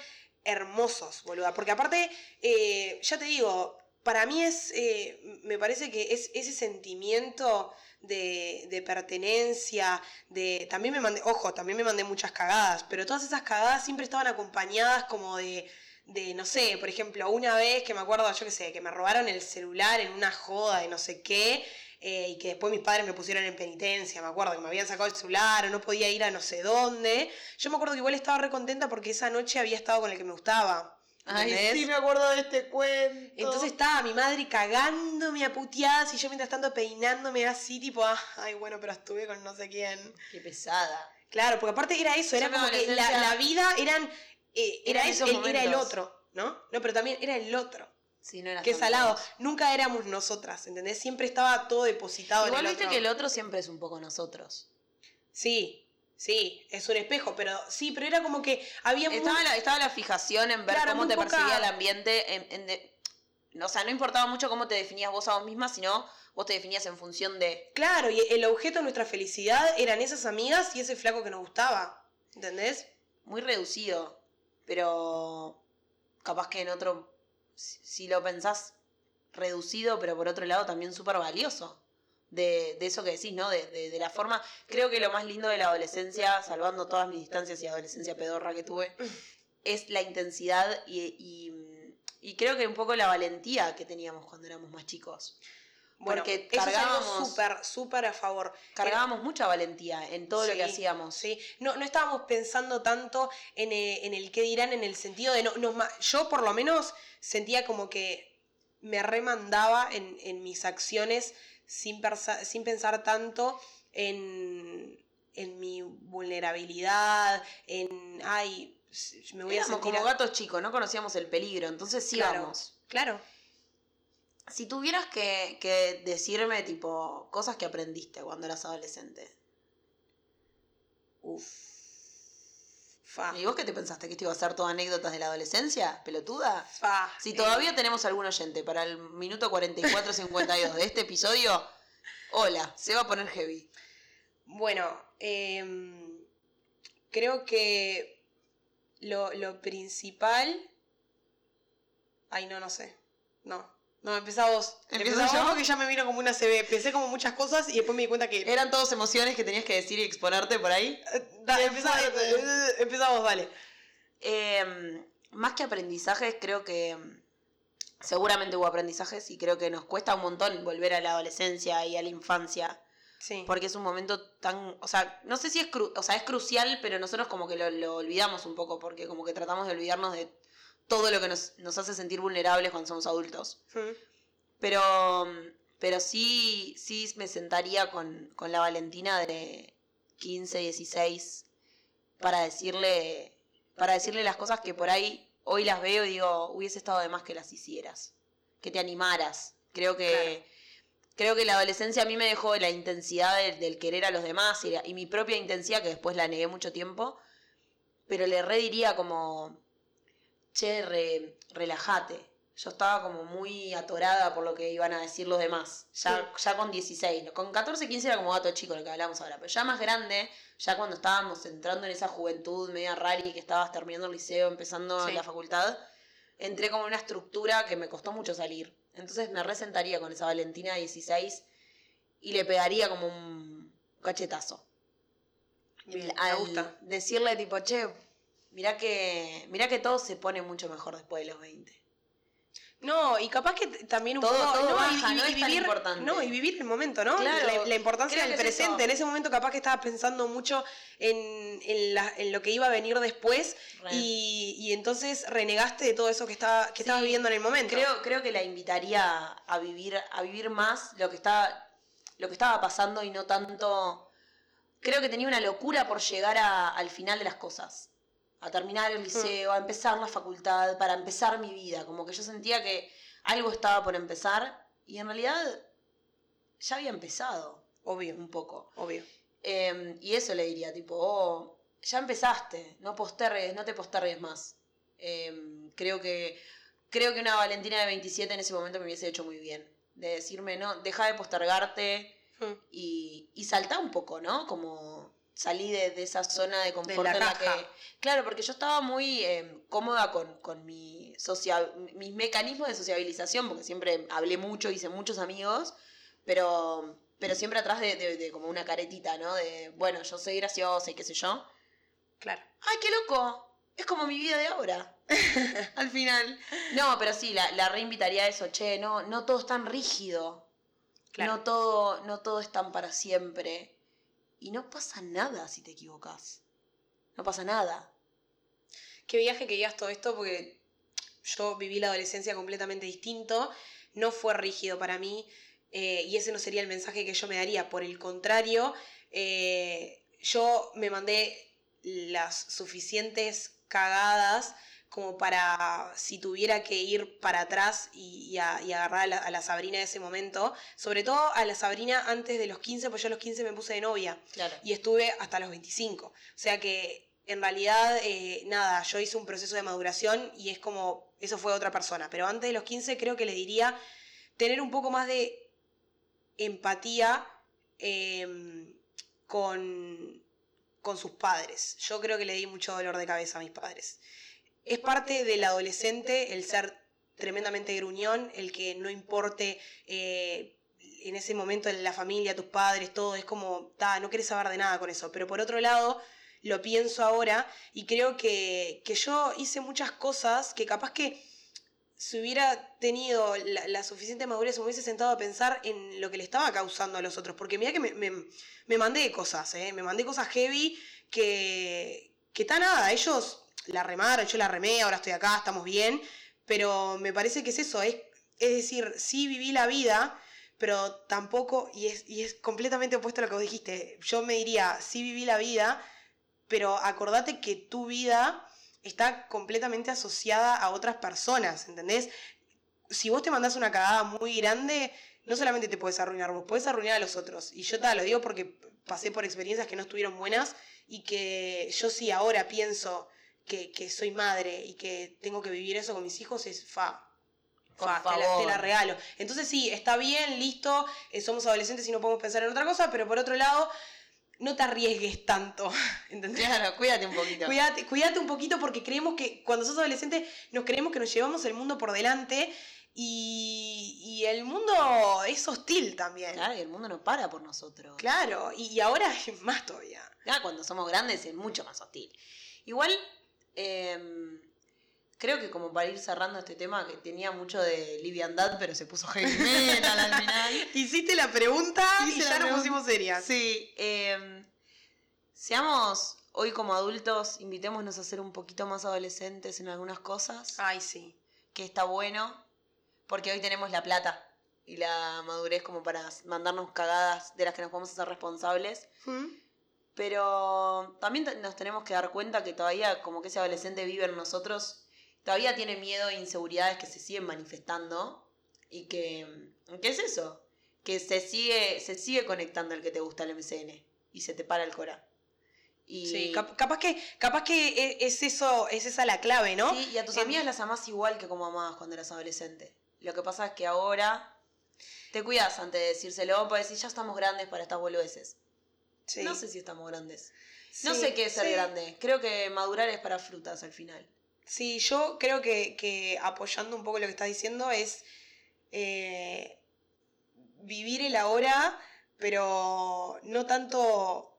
[SPEAKER 1] hermosos, boluda, porque aparte, eh, ya te digo, para mí es, eh, me parece que es ese sentimiento de, de pertenencia, de, también me mandé, ojo, también me mandé muchas cagadas, pero todas esas cagadas siempre estaban acompañadas como de, de, no sé, por ejemplo, una vez que me acuerdo, yo qué sé, que me robaron el celular en una joda y no sé qué, eh, y que después mis padres me pusieron en penitencia, me acuerdo, que me habían sacado el celular o no podía ir a no sé dónde. Yo me acuerdo que igual estaba re contenta porque esa noche había estado con el que me gustaba.
[SPEAKER 3] Ay,
[SPEAKER 1] ¿entendés?
[SPEAKER 3] sí, me acuerdo de este cuento.
[SPEAKER 1] Entonces estaba mi madre cagándome a puteadas y yo mientras tanto peinándome así, tipo, "Ah, ay, bueno, pero estuve con no sé quién.
[SPEAKER 3] qué pesada.
[SPEAKER 1] Claro, porque aparte era eso, era
[SPEAKER 3] Ya en la
[SPEAKER 1] como que la,
[SPEAKER 3] adolescencia-
[SPEAKER 1] la vida eran, eh, era,
[SPEAKER 3] Eran
[SPEAKER 1] eso,
[SPEAKER 3] esos
[SPEAKER 1] el- era el
[SPEAKER 3] momentos.
[SPEAKER 1] otro, ¿no? No, pero también era el otro.
[SPEAKER 3] Sí, no era
[SPEAKER 1] Qué
[SPEAKER 3] tan
[SPEAKER 1] salado.
[SPEAKER 3] feliz.
[SPEAKER 1] Nunca éramos nosotras, ¿entendés? Siempre estaba todo depositado
[SPEAKER 3] Igual
[SPEAKER 1] en el
[SPEAKER 3] viste
[SPEAKER 1] otro.
[SPEAKER 3] que el otro siempre es un poco nosotros.
[SPEAKER 1] Sí, sí, es un espejo, pero sí, pero era como que había muy-
[SPEAKER 3] Estaba la, estaba la fijación en ver
[SPEAKER 1] Claro,
[SPEAKER 3] cómo
[SPEAKER 1] muy
[SPEAKER 3] te
[SPEAKER 1] poca-
[SPEAKER 3] percibía el ambiente. En, en de- o sea, no importaba mucho cómo te definías vos a vos misma, sino vos te definías en función de.
[SPEAKER 1] Claro, y el objeto de nuestra felicidad eran esas amigas y ese flaco que nos gustaba, ¿entendés?
[SPEAKER 3] Muy reducido. Pero capaz que en otro. Si, si lo pensás reducido, pero por otro lado también súper valioso. De, de eso que decís, ¿no? De, de- de la forma. Creo que lo más lindo de la adolescencia, salvando todas mis distancias y adolescencia pedorra que tuve, es la intensidad y, y- y creo que un poco la valentía que teníamos cuando éramos más chicos.
[SPEAKER 1] Bueno,
[SPEAKER 3] Porque
[SPEAKER 1] eso es algo
[SPEAKER 3] cargábamos-
[SPEAKER 1] súper, súper a favor.
[SPEAKER 3] Cargábamos mucha valentía en todo lo que
[SPEAKER 1] Sí,
[SPEAKER 3] hacíamos.
[SPEAKER 1] Sí, no, no estábamos pensando tanto en, eh, en el qué dirán, en el sentido de no, nos ma- yo por lo menos sentía como que me remandaba en, en mis acciones sin, persa- sin pensar tanto en, en mi vulnerabilidad, en, ay, s- me voy a
[SPEAKER 3] Éramos
[SPEAKER 1] sentir...
[SPEAKER 3] como
[SPEAKER 1] a-
[SPEAKER 3] gatos chicos, no conocíamos el peligro, entonces
[SPEAKER 1] Claro.
[SPEAKER 3] íbamos.
[SPEAKER 1] Claro.
[SPEAKER 3] Si tuvieras que, que decirme, tipo, cosas que aprendiste cuando eras adolescente.
[SPEAKER 1] Uf. Fa.
[SPEAKER 3] Ah, ¿Y vos qué te pensaste? ¿Que esto iba a ser todo anécdotas de la adolescencia? ¿Pelotuda?
[SPEAKER 1] Fa.
[SPEAKER 3] Si
[SPEAKER 1] Eh,
[SPEAKER 3] todavía tenemos algún oyente para el minuto 44-52 de este episodio, hola, se va a poner heavy.
[SPEAKER 1] Bueno, em, creo que lo, lo principal. Ay, no, no sé. No. No, empezá vos.
[SPEAKER 3] ¿Empiezo
[SPEAKER 1] Empezá
[SPEAKER 3] yo?
[SPEAKER 1] vos porque ya me vino como una CB. Pensé como muchas cosas y después me di cuenta que.
[SPEAKER 3] ¿Eran todas emociones que tenías que decir y exponerte por ahí?
[SPEAKER 1] Da,
[SPEAKER 3] qué
[SPEAKER 1] empezá,
[SPEAKER 3] fuerte.
[SPEAKER 1] eh, empezá vos, dale.
[SPEAKER 3] Eh, más que aprendizajes, creo que mm, seguramente hubo aprendizajes y creo que nos cuesta un montón volver a la adolescencia y a la infancia,
[SPEAKER 1] Sí.
[SPEAKER 3] porque es un momento tan, o sea, no sé si es, cru- o sea, es crucial, pero nosotros como que lo, lo olvidamos un poco, porque como que tratamos de olvidarnos de todo lo que nos, nos hace sentir vulnerables cuando somos adultos.
[SPEAKER 1] Mm.
[SPEAKER 3] Pero, mm, pero sí, sí me sentaría con, con la Valentina de 15, 16 para decirle, para decirle las cosas que por ahí hoy las veo y digo, hubiese estado de más que las hicieras, que te animaras. Creo que,
[SPEAKER 1] Claro.
[SPEAKER 3] creo que la adolescencia a mí me dejó la intensidad del, del querer a los demás y, la- y mi propia intensidad, que después la negué mucho tiempo, pero le rediría como, che, re- relájate. Yo estaba como muy atorada por lo que iban a decir los demás. Ya, ya con 16, ¿no? con 14, 15 era como gato chico lo que hablamos ahora, pero ya más grande, ya cuando estábamos entrando en esa juventud media rari que estabas terminando el liceo, empezando
[SPEAKER 1] Sí.
[SPEAKER 3] la facultad, entré como en una estructura que me costó mucho salir. Entonces me resentaría con esa Valentina de 16 y le pegaría como un cachetazo.
[SPEAKER 1] Bien,
[SPEAKER 3] Al
[SPEAKER 1] me gusta.
[SPEAKER 3] Decirle tipo, che, mirá que, mirá que todo se pone mucho mejor después de los 20.
[SPEAKER 1] No, y capaz que t- también un
[SPEAKER 3] Todo-
[SPEAKER 1] poco.
[SPEAKER 3] todo
[SPEAKER 1] no,
[SPEAKER 3] baja, no es tan
[SPEAKER 1] vivir,
[SPEAKER 3] importante.
[SPEAKER 1] No, y vivir el momento, ¿no?
[SPEAKER 3] Claro,
[SPEAKER 1] la, la importancia
[SPEAKER 3] creo
[SPEAKER 1] del
[SPEAKER 3] que es
[SPEAKER 1] presente.
[SPEAKER 3] eso.
[SPEAKER 1] En ese momento, capaz que estabas pensando mucho en, en la- en lo que iba a venir después
[SPEAKER 3] Re.
[SPEAKER 1] y, y entonces renegaste de todo eso que, estaba, que estabas
[SPEAKER 3] Sí,
[SPEAKER 1] viviendo en el momento.
[SPEAKER 3] Creo, creo que la invitaría a vivir, a vivir más lo que estaba, lo que estaba pasando y no tanto. Creo que tenía una locura por llegar a- al final de las cosas. A terminar
[SPEAKER 1] Mm.
[SPEAKER 3] el liceo, a empezar la facultad, para empezar mi vida. Como que yo sentía que algo estaba por empezar y en realidad ya había empezado
[SPEAKER 1] Obvio,
[SPEAKER 3] un poco.
[SPEAKER 1] obvio.
[SPEAKER 3] Eh, y eso le diría, tipo, oh, ya empezaste, no postergues, no te postergues más. Eh, creo que creo que una Valentina de 27 en ese momento me hubiese hecho muy bien. De decirme, no, deja de postergarte
[SPEAKER 1] Mm.
[SPEAKER 3] y, y saltá un poco, ¿no? Como salí de, de esa zona de confort
[SPEAKER 1] la
[SPEAKER 3] en la
[SPEAKER 1] caja.
[SPEAKER 3] que. Claro, porque yo estaba muy eh, cómoda con, con mi socia- mis mecanismos de sociabilización, porque siempre hablé mucho, hice muchos amigos, pero, pero siempre atrás de, de- de como una caretita, ¿no? De, bueno, yo soy graciosa y qué sé yo.
[SPEAKER 1] Claro.
[SPEAKER 3] ¡Ay, qué loco! Es como mi vida de ahora. Al final. No, pero sí, la, la reinvitaría a eso, che, no, no todo es tan rígido.
[SPEAKER 1] Claro.
[SPEAKER 3] No, todo, no todo es tan para siempre. Y no pasa nada si te equivocas. No pasa nada.
[SPEAKER 1] Qué viaje que digas todo esto porque yo viví la adolescencia completamente distinto, no fue rígido para mí eh, y ese no sería el mensaje que yo me daría. Por el contrario, eh, yo me mandé las suficientes cagadas como para si tuviera que ir para atrás y, y a- y agarrar a la, a la Sabrina de ese momento, sobre todo a la Sabrina antes de los 15, pues yo a los 15 me puse de novia
[SPEAKER 3] Claro.
[SPEAKER 1] y estuve hasta los 25. O sea que en realidad, eh, nada, yo hice un proceso de maduración y es como, eso fue otra persona. Pero antes de los 15 creo que les diría tener un poco más de empatía em, con, con sus padres. Yo creo que le di mucho dolor de cabeza a mis padres. Es parte del adolescente el ser tremendamente gruñón, el que no importe eh, en ese momento la familia, tus padres, todo, es como, ta, no quieres saber de nada con eso. Pero por otro lado, lo pienso ahora y creo que, que yo hice muchas cosas que capaz que si hubiera tenido la, la suficiente madurez, me hubiese sentado a pensar en lo que le estaba causando a los otros. Porque mira que me, me, me mandé cosas, ¿eh? me mandé cosas heavy que, que está nada, ellos la remaron, yo la remé, ahora estoy acá, estamos bien. Pero me parece que es eso, es, es decir, sí viví la vida, pero tampoco, y es, y es completamente opuesto a lo que vos dijiste, yo me diría, sí viví la vida, pero acordate que tu vida está completamente asociada a otras personas, ¿entendés? Si vos te mandás una cagada muy grande, no solamente te puedes arruinar vos, puedes arruinar a los otros. Y yo te lo digo porque pasé por experiencias que no estuvieron buenas y que yo sí ahora pienso que, que soy madre y que tengo que vivir eso con mis hijos, es fa,
[SPEAKER 3] Por
[SPEAKER 1] Fa, te, la, te
[SPEAKER 3] favor.
[SPEAKER 1] la regalo. Entonces sí, está bien, listo, eh, somos adolescentes y no podemos pensar en otra cosa, pero por otro lado, no te arriesgues tanto, ¿entendés?
[SPEAKER 3] Claro, cuídate un poquito.
[SPEAKER 1] Cuídate, cuídate un poquito porque creemos que cuando sos adolescente nos creemos que nos llevamos el mundo por delante y, y el mundo es hostil también.
[SPEAKER 3] Claro, y el mundo no para por nosotros.
[SPEAKER 1] Claro, y, y ahora es más todavía.
[SPEAKER 3] Ya cuando somos grandes es mucho más hostil. Igual, em, creo que como para ir cerrando este tema, que tenía mucho de liviandad, pero se puso heavy metal al final.
[SPEAKER 1] Hiciste la pregunta
[SPEAKER 3] Hice
[SPEAKER 1] y
[SPEAKER 3] la
[SPEAKER 1] ya nos
[SPEAKER 3] pregunta.
[SPEAKER 1] pusimos serias.
[SPEAKER 3] Sí, em, seamos hoy como adultos, invitémonos a ser un poquito más adolescentes en algunas cosas,
[SPEAKER 1] Ay, sí.
[SPEAKER 3] que está bueno, porque hoy tenemos la plata y la madurez como para mandarnos cagadas de las que nos podemos hacer responsables. Pero también te- nos tenemos que dar cuenta que todavía, como que ese adolescente vive en nosotros, todavía tiene miedo e inseguridades que se siguen manifestando. Y que. ¿Qué es eso? Que se sigue, se sigue conectando el que te gusta el MCN. Y se te para el cora. Y,
[SPEAKER 1] Sí, cap- capaz que, capaz que e- es eso, es esa la clave, ¿no?
[SPEAKER 3] sí, y a tus
[SPEAKER 1] En-
[SPEAKER 3] amigas las amás igual que como amabas cuando eras adolescente. Lo que pasa es que ahora. Te cuidas antes de decírselo, porque decir ya estamos grandes para estas boludeces.
[SPEAKER 1] Sí.
[SPEAKER 3] No sé si estamos grandes. No
[SPEAKER 1] Sí,
[SPEAKER 3] sé qué es ser
[SPEAKER 1] sí.
[SPEAKER 3] grande. Creo que madurar es para frutas al final.
[SPEAKER 1] Sí, yo creo que, que apoyando un poco lo que estás diciendo es eh, vivir el ahora, pero no tanto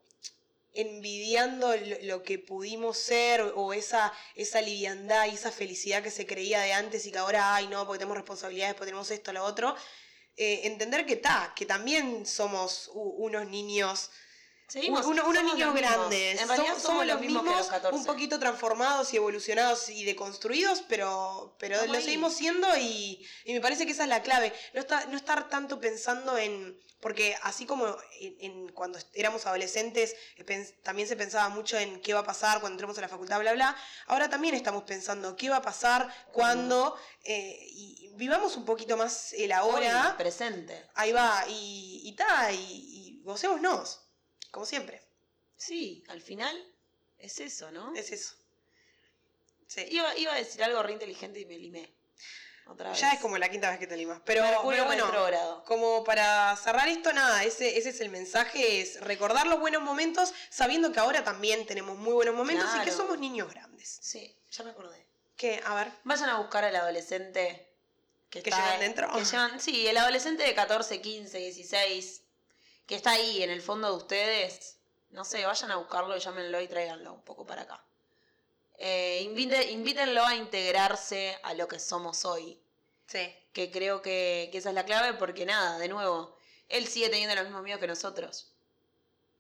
[SPEAKER 1] envidiando lo, lo que pudimos ser o, o esa, esa liviandad y esa felicidad que se creía de antes y que ahora, ay, no, porque tenemos responsabilidades, porque tenemos esto, lo otro. Eh, entender que ta, que también somos u- unos niños
[SPEAKER 3] Seguimos,
[SPEAKER 1] uno- unos
[SPEAKER 3] somos
[SPEAKER 1] niños
[SPEAKER 3] los mismos.
[SPEAKER 1] grandes.
[SPEAKER 3] En realidad
[SPEAKER 1] Som-
[SPEAKER 3] somos, los mismos, que a los 14.
[SPEAKER 1] un poquito transformados y evolucionados y deconstruidos, pero, pero
[SPEAKER 3] Estamos
[SPEAKER 1] lo
[SPEAKER 3] ahí.
[SPEAKER 1] seguimos siendo y, y me parece que esa es la clave. No, está, no estar tanto pensando en. Porque así como en, en cuando est- éramos adolescentes eh, pens- también se pensaba mucho en qué va a pasar cuando entremos a la facultad, bla, bla, ahora también estamos pensando qué va a pasar, cuándo, eh, y vivamos un poquito más el ahora.
[SPEAKER 3] Hoy, presente.
[SPEAKER 1] Ahí va, y, y ta, y, y gocémonos, como siempre.
[SPEAKER 3] Sí, al final es eso, ¿no?
[SPEAKER 1] Es eso. Sí.
[SPEAKER 3] Iba, iba a decir algo re inteligente y me limé. Otra vez.
[SPEAKER 1] Ya es como la quinta vez que te limas. Pero,
[SPEAKER 3] Mercurio
[SPEAKER 1] pero bueno,
[SPEAKER 3] retrógrado.
[SPEAKER 1] como para cerrar esto, nada, ese, ese es el mensaje, es recordar los buenos momentos, sabiendo que ahora también tenemos muy buenos momentos y que
[SPEAKER 3] Claro.
[SPEAKER 1] somos niños grandes.
[SPEAKER 3] Sí, ya me acordé.
[SPEAKER 1] Que, a ver,
[SPEAKER 3] Vayan a buscar al adolescente que,
[SPEAKER 1] Que
[SPEAKER 3] está-
[SPEAKER 1] llevan dentro.
[SPEAKER 3] que llevan- sí, el adolescente de 14, 15, 16, que está ahí en el fondo de ustedes. No sé, vayan a buscarlo, llámenlo y tráiganlo un poco para acá. Eh, invite- invítenlo a integrarse a lo que somos hoy.
[SPEAKER 1] sí,
[SPEAKER 3] Que creo que, que esa es la clave, porque nada, de nuevo, él sigue teniendo los mismos miedos que nosotros.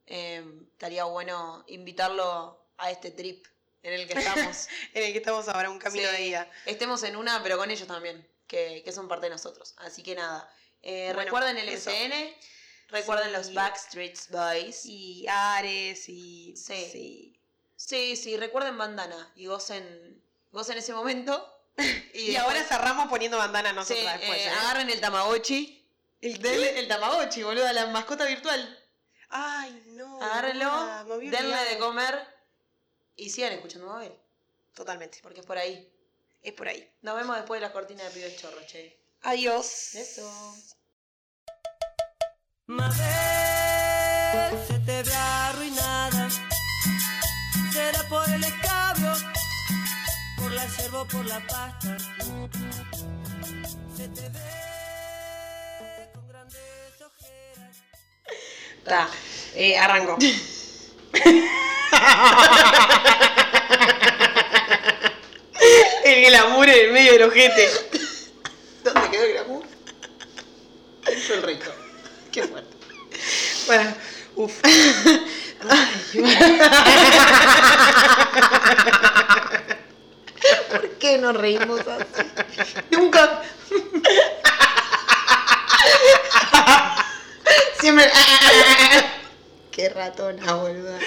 [SPEAKER 3] Eh, estaría bueno invitarlo a este trip en el que estamos.
[SPEAKER 1] en el que estamos ahora, un camino
[SPEAKER 3] Sí.
[SPEAKER 1] de vida.
[SPEAKER 3] Estemos en una, pero con ellos también, que, que son parte de nosotros. Así que nada. eh,
[SPEAKER 1] Bueno,
[SPEAKER 3] recuerden el
[SPEAKER 1] eso.
[SPEAKER 3] MCN, recuerden
[SPEAKER 1] Sí.
[SPEAKER 3] los Backstreet Boys.
[SPEAKER 1] Y Ares y...
[SPEAKER 3] Sí.
[SPEAKER 1] sí.
[SPEAKER 3] Sí, sí, recuerden Bandana y gocen, gocen ese momento.
[SPEAKER 1] Y,
[SPEAKER 3] Y,
[SPEAKER 1] ahora
[SPEAKER 3] después-
[SPEAKER 1] cerramos poniendo bandana
[SPEAKER 3] sí,
[SPEAKER 1] nosotras después.
[SPEAKER 3] eh,
[SPEAKER 1] ¿eh?
[SPEAKER 3] agarren el Tamagotchi.
[SPEAKER 1] ¿El qué?
[SPEAKER 3] Denle el Tamagotchi, boludo, la mascota virtual.
[SPEAKER 1] Ay, no. Oh, boluda, me
[SPEAKER 3] Agárrenlo,
[SPEAKER 1] había
[SPEAKER 3] denle de
[SPEAKER 1] olvidado.
[SPEAKER 3] comer y sigan escuchando Mabel,
[SPEAKER 1] Totalmente.
[SPEAKER 3] porque es por ahí.
[SPEAKER 1] Es por ahí.
[SPEAKER 3] Nos vemos después de las cortinas de pibes chorros, che.
[SPEAKER 1] Adiós.
[SPEAKER 3] Besos.
[SPEAKER 2] Mabel, se te ve arruinada. Será por el escabio, por la yerba o por la pasta. Se te ve con grandes ojeras.
[SPEAKER 1] Ta. Eh, arranco. el glamour en el medio del ojete.
[SPEAKER 3] ¿Dónde quedó el glamour? Hizo el rico. Qué fuerte.
[SPEAKER 1] Bueno, uf.
[SPEAKER 3] ¿Por qué nos reímos así? Nunca. Siempre. qué ratona, boluda.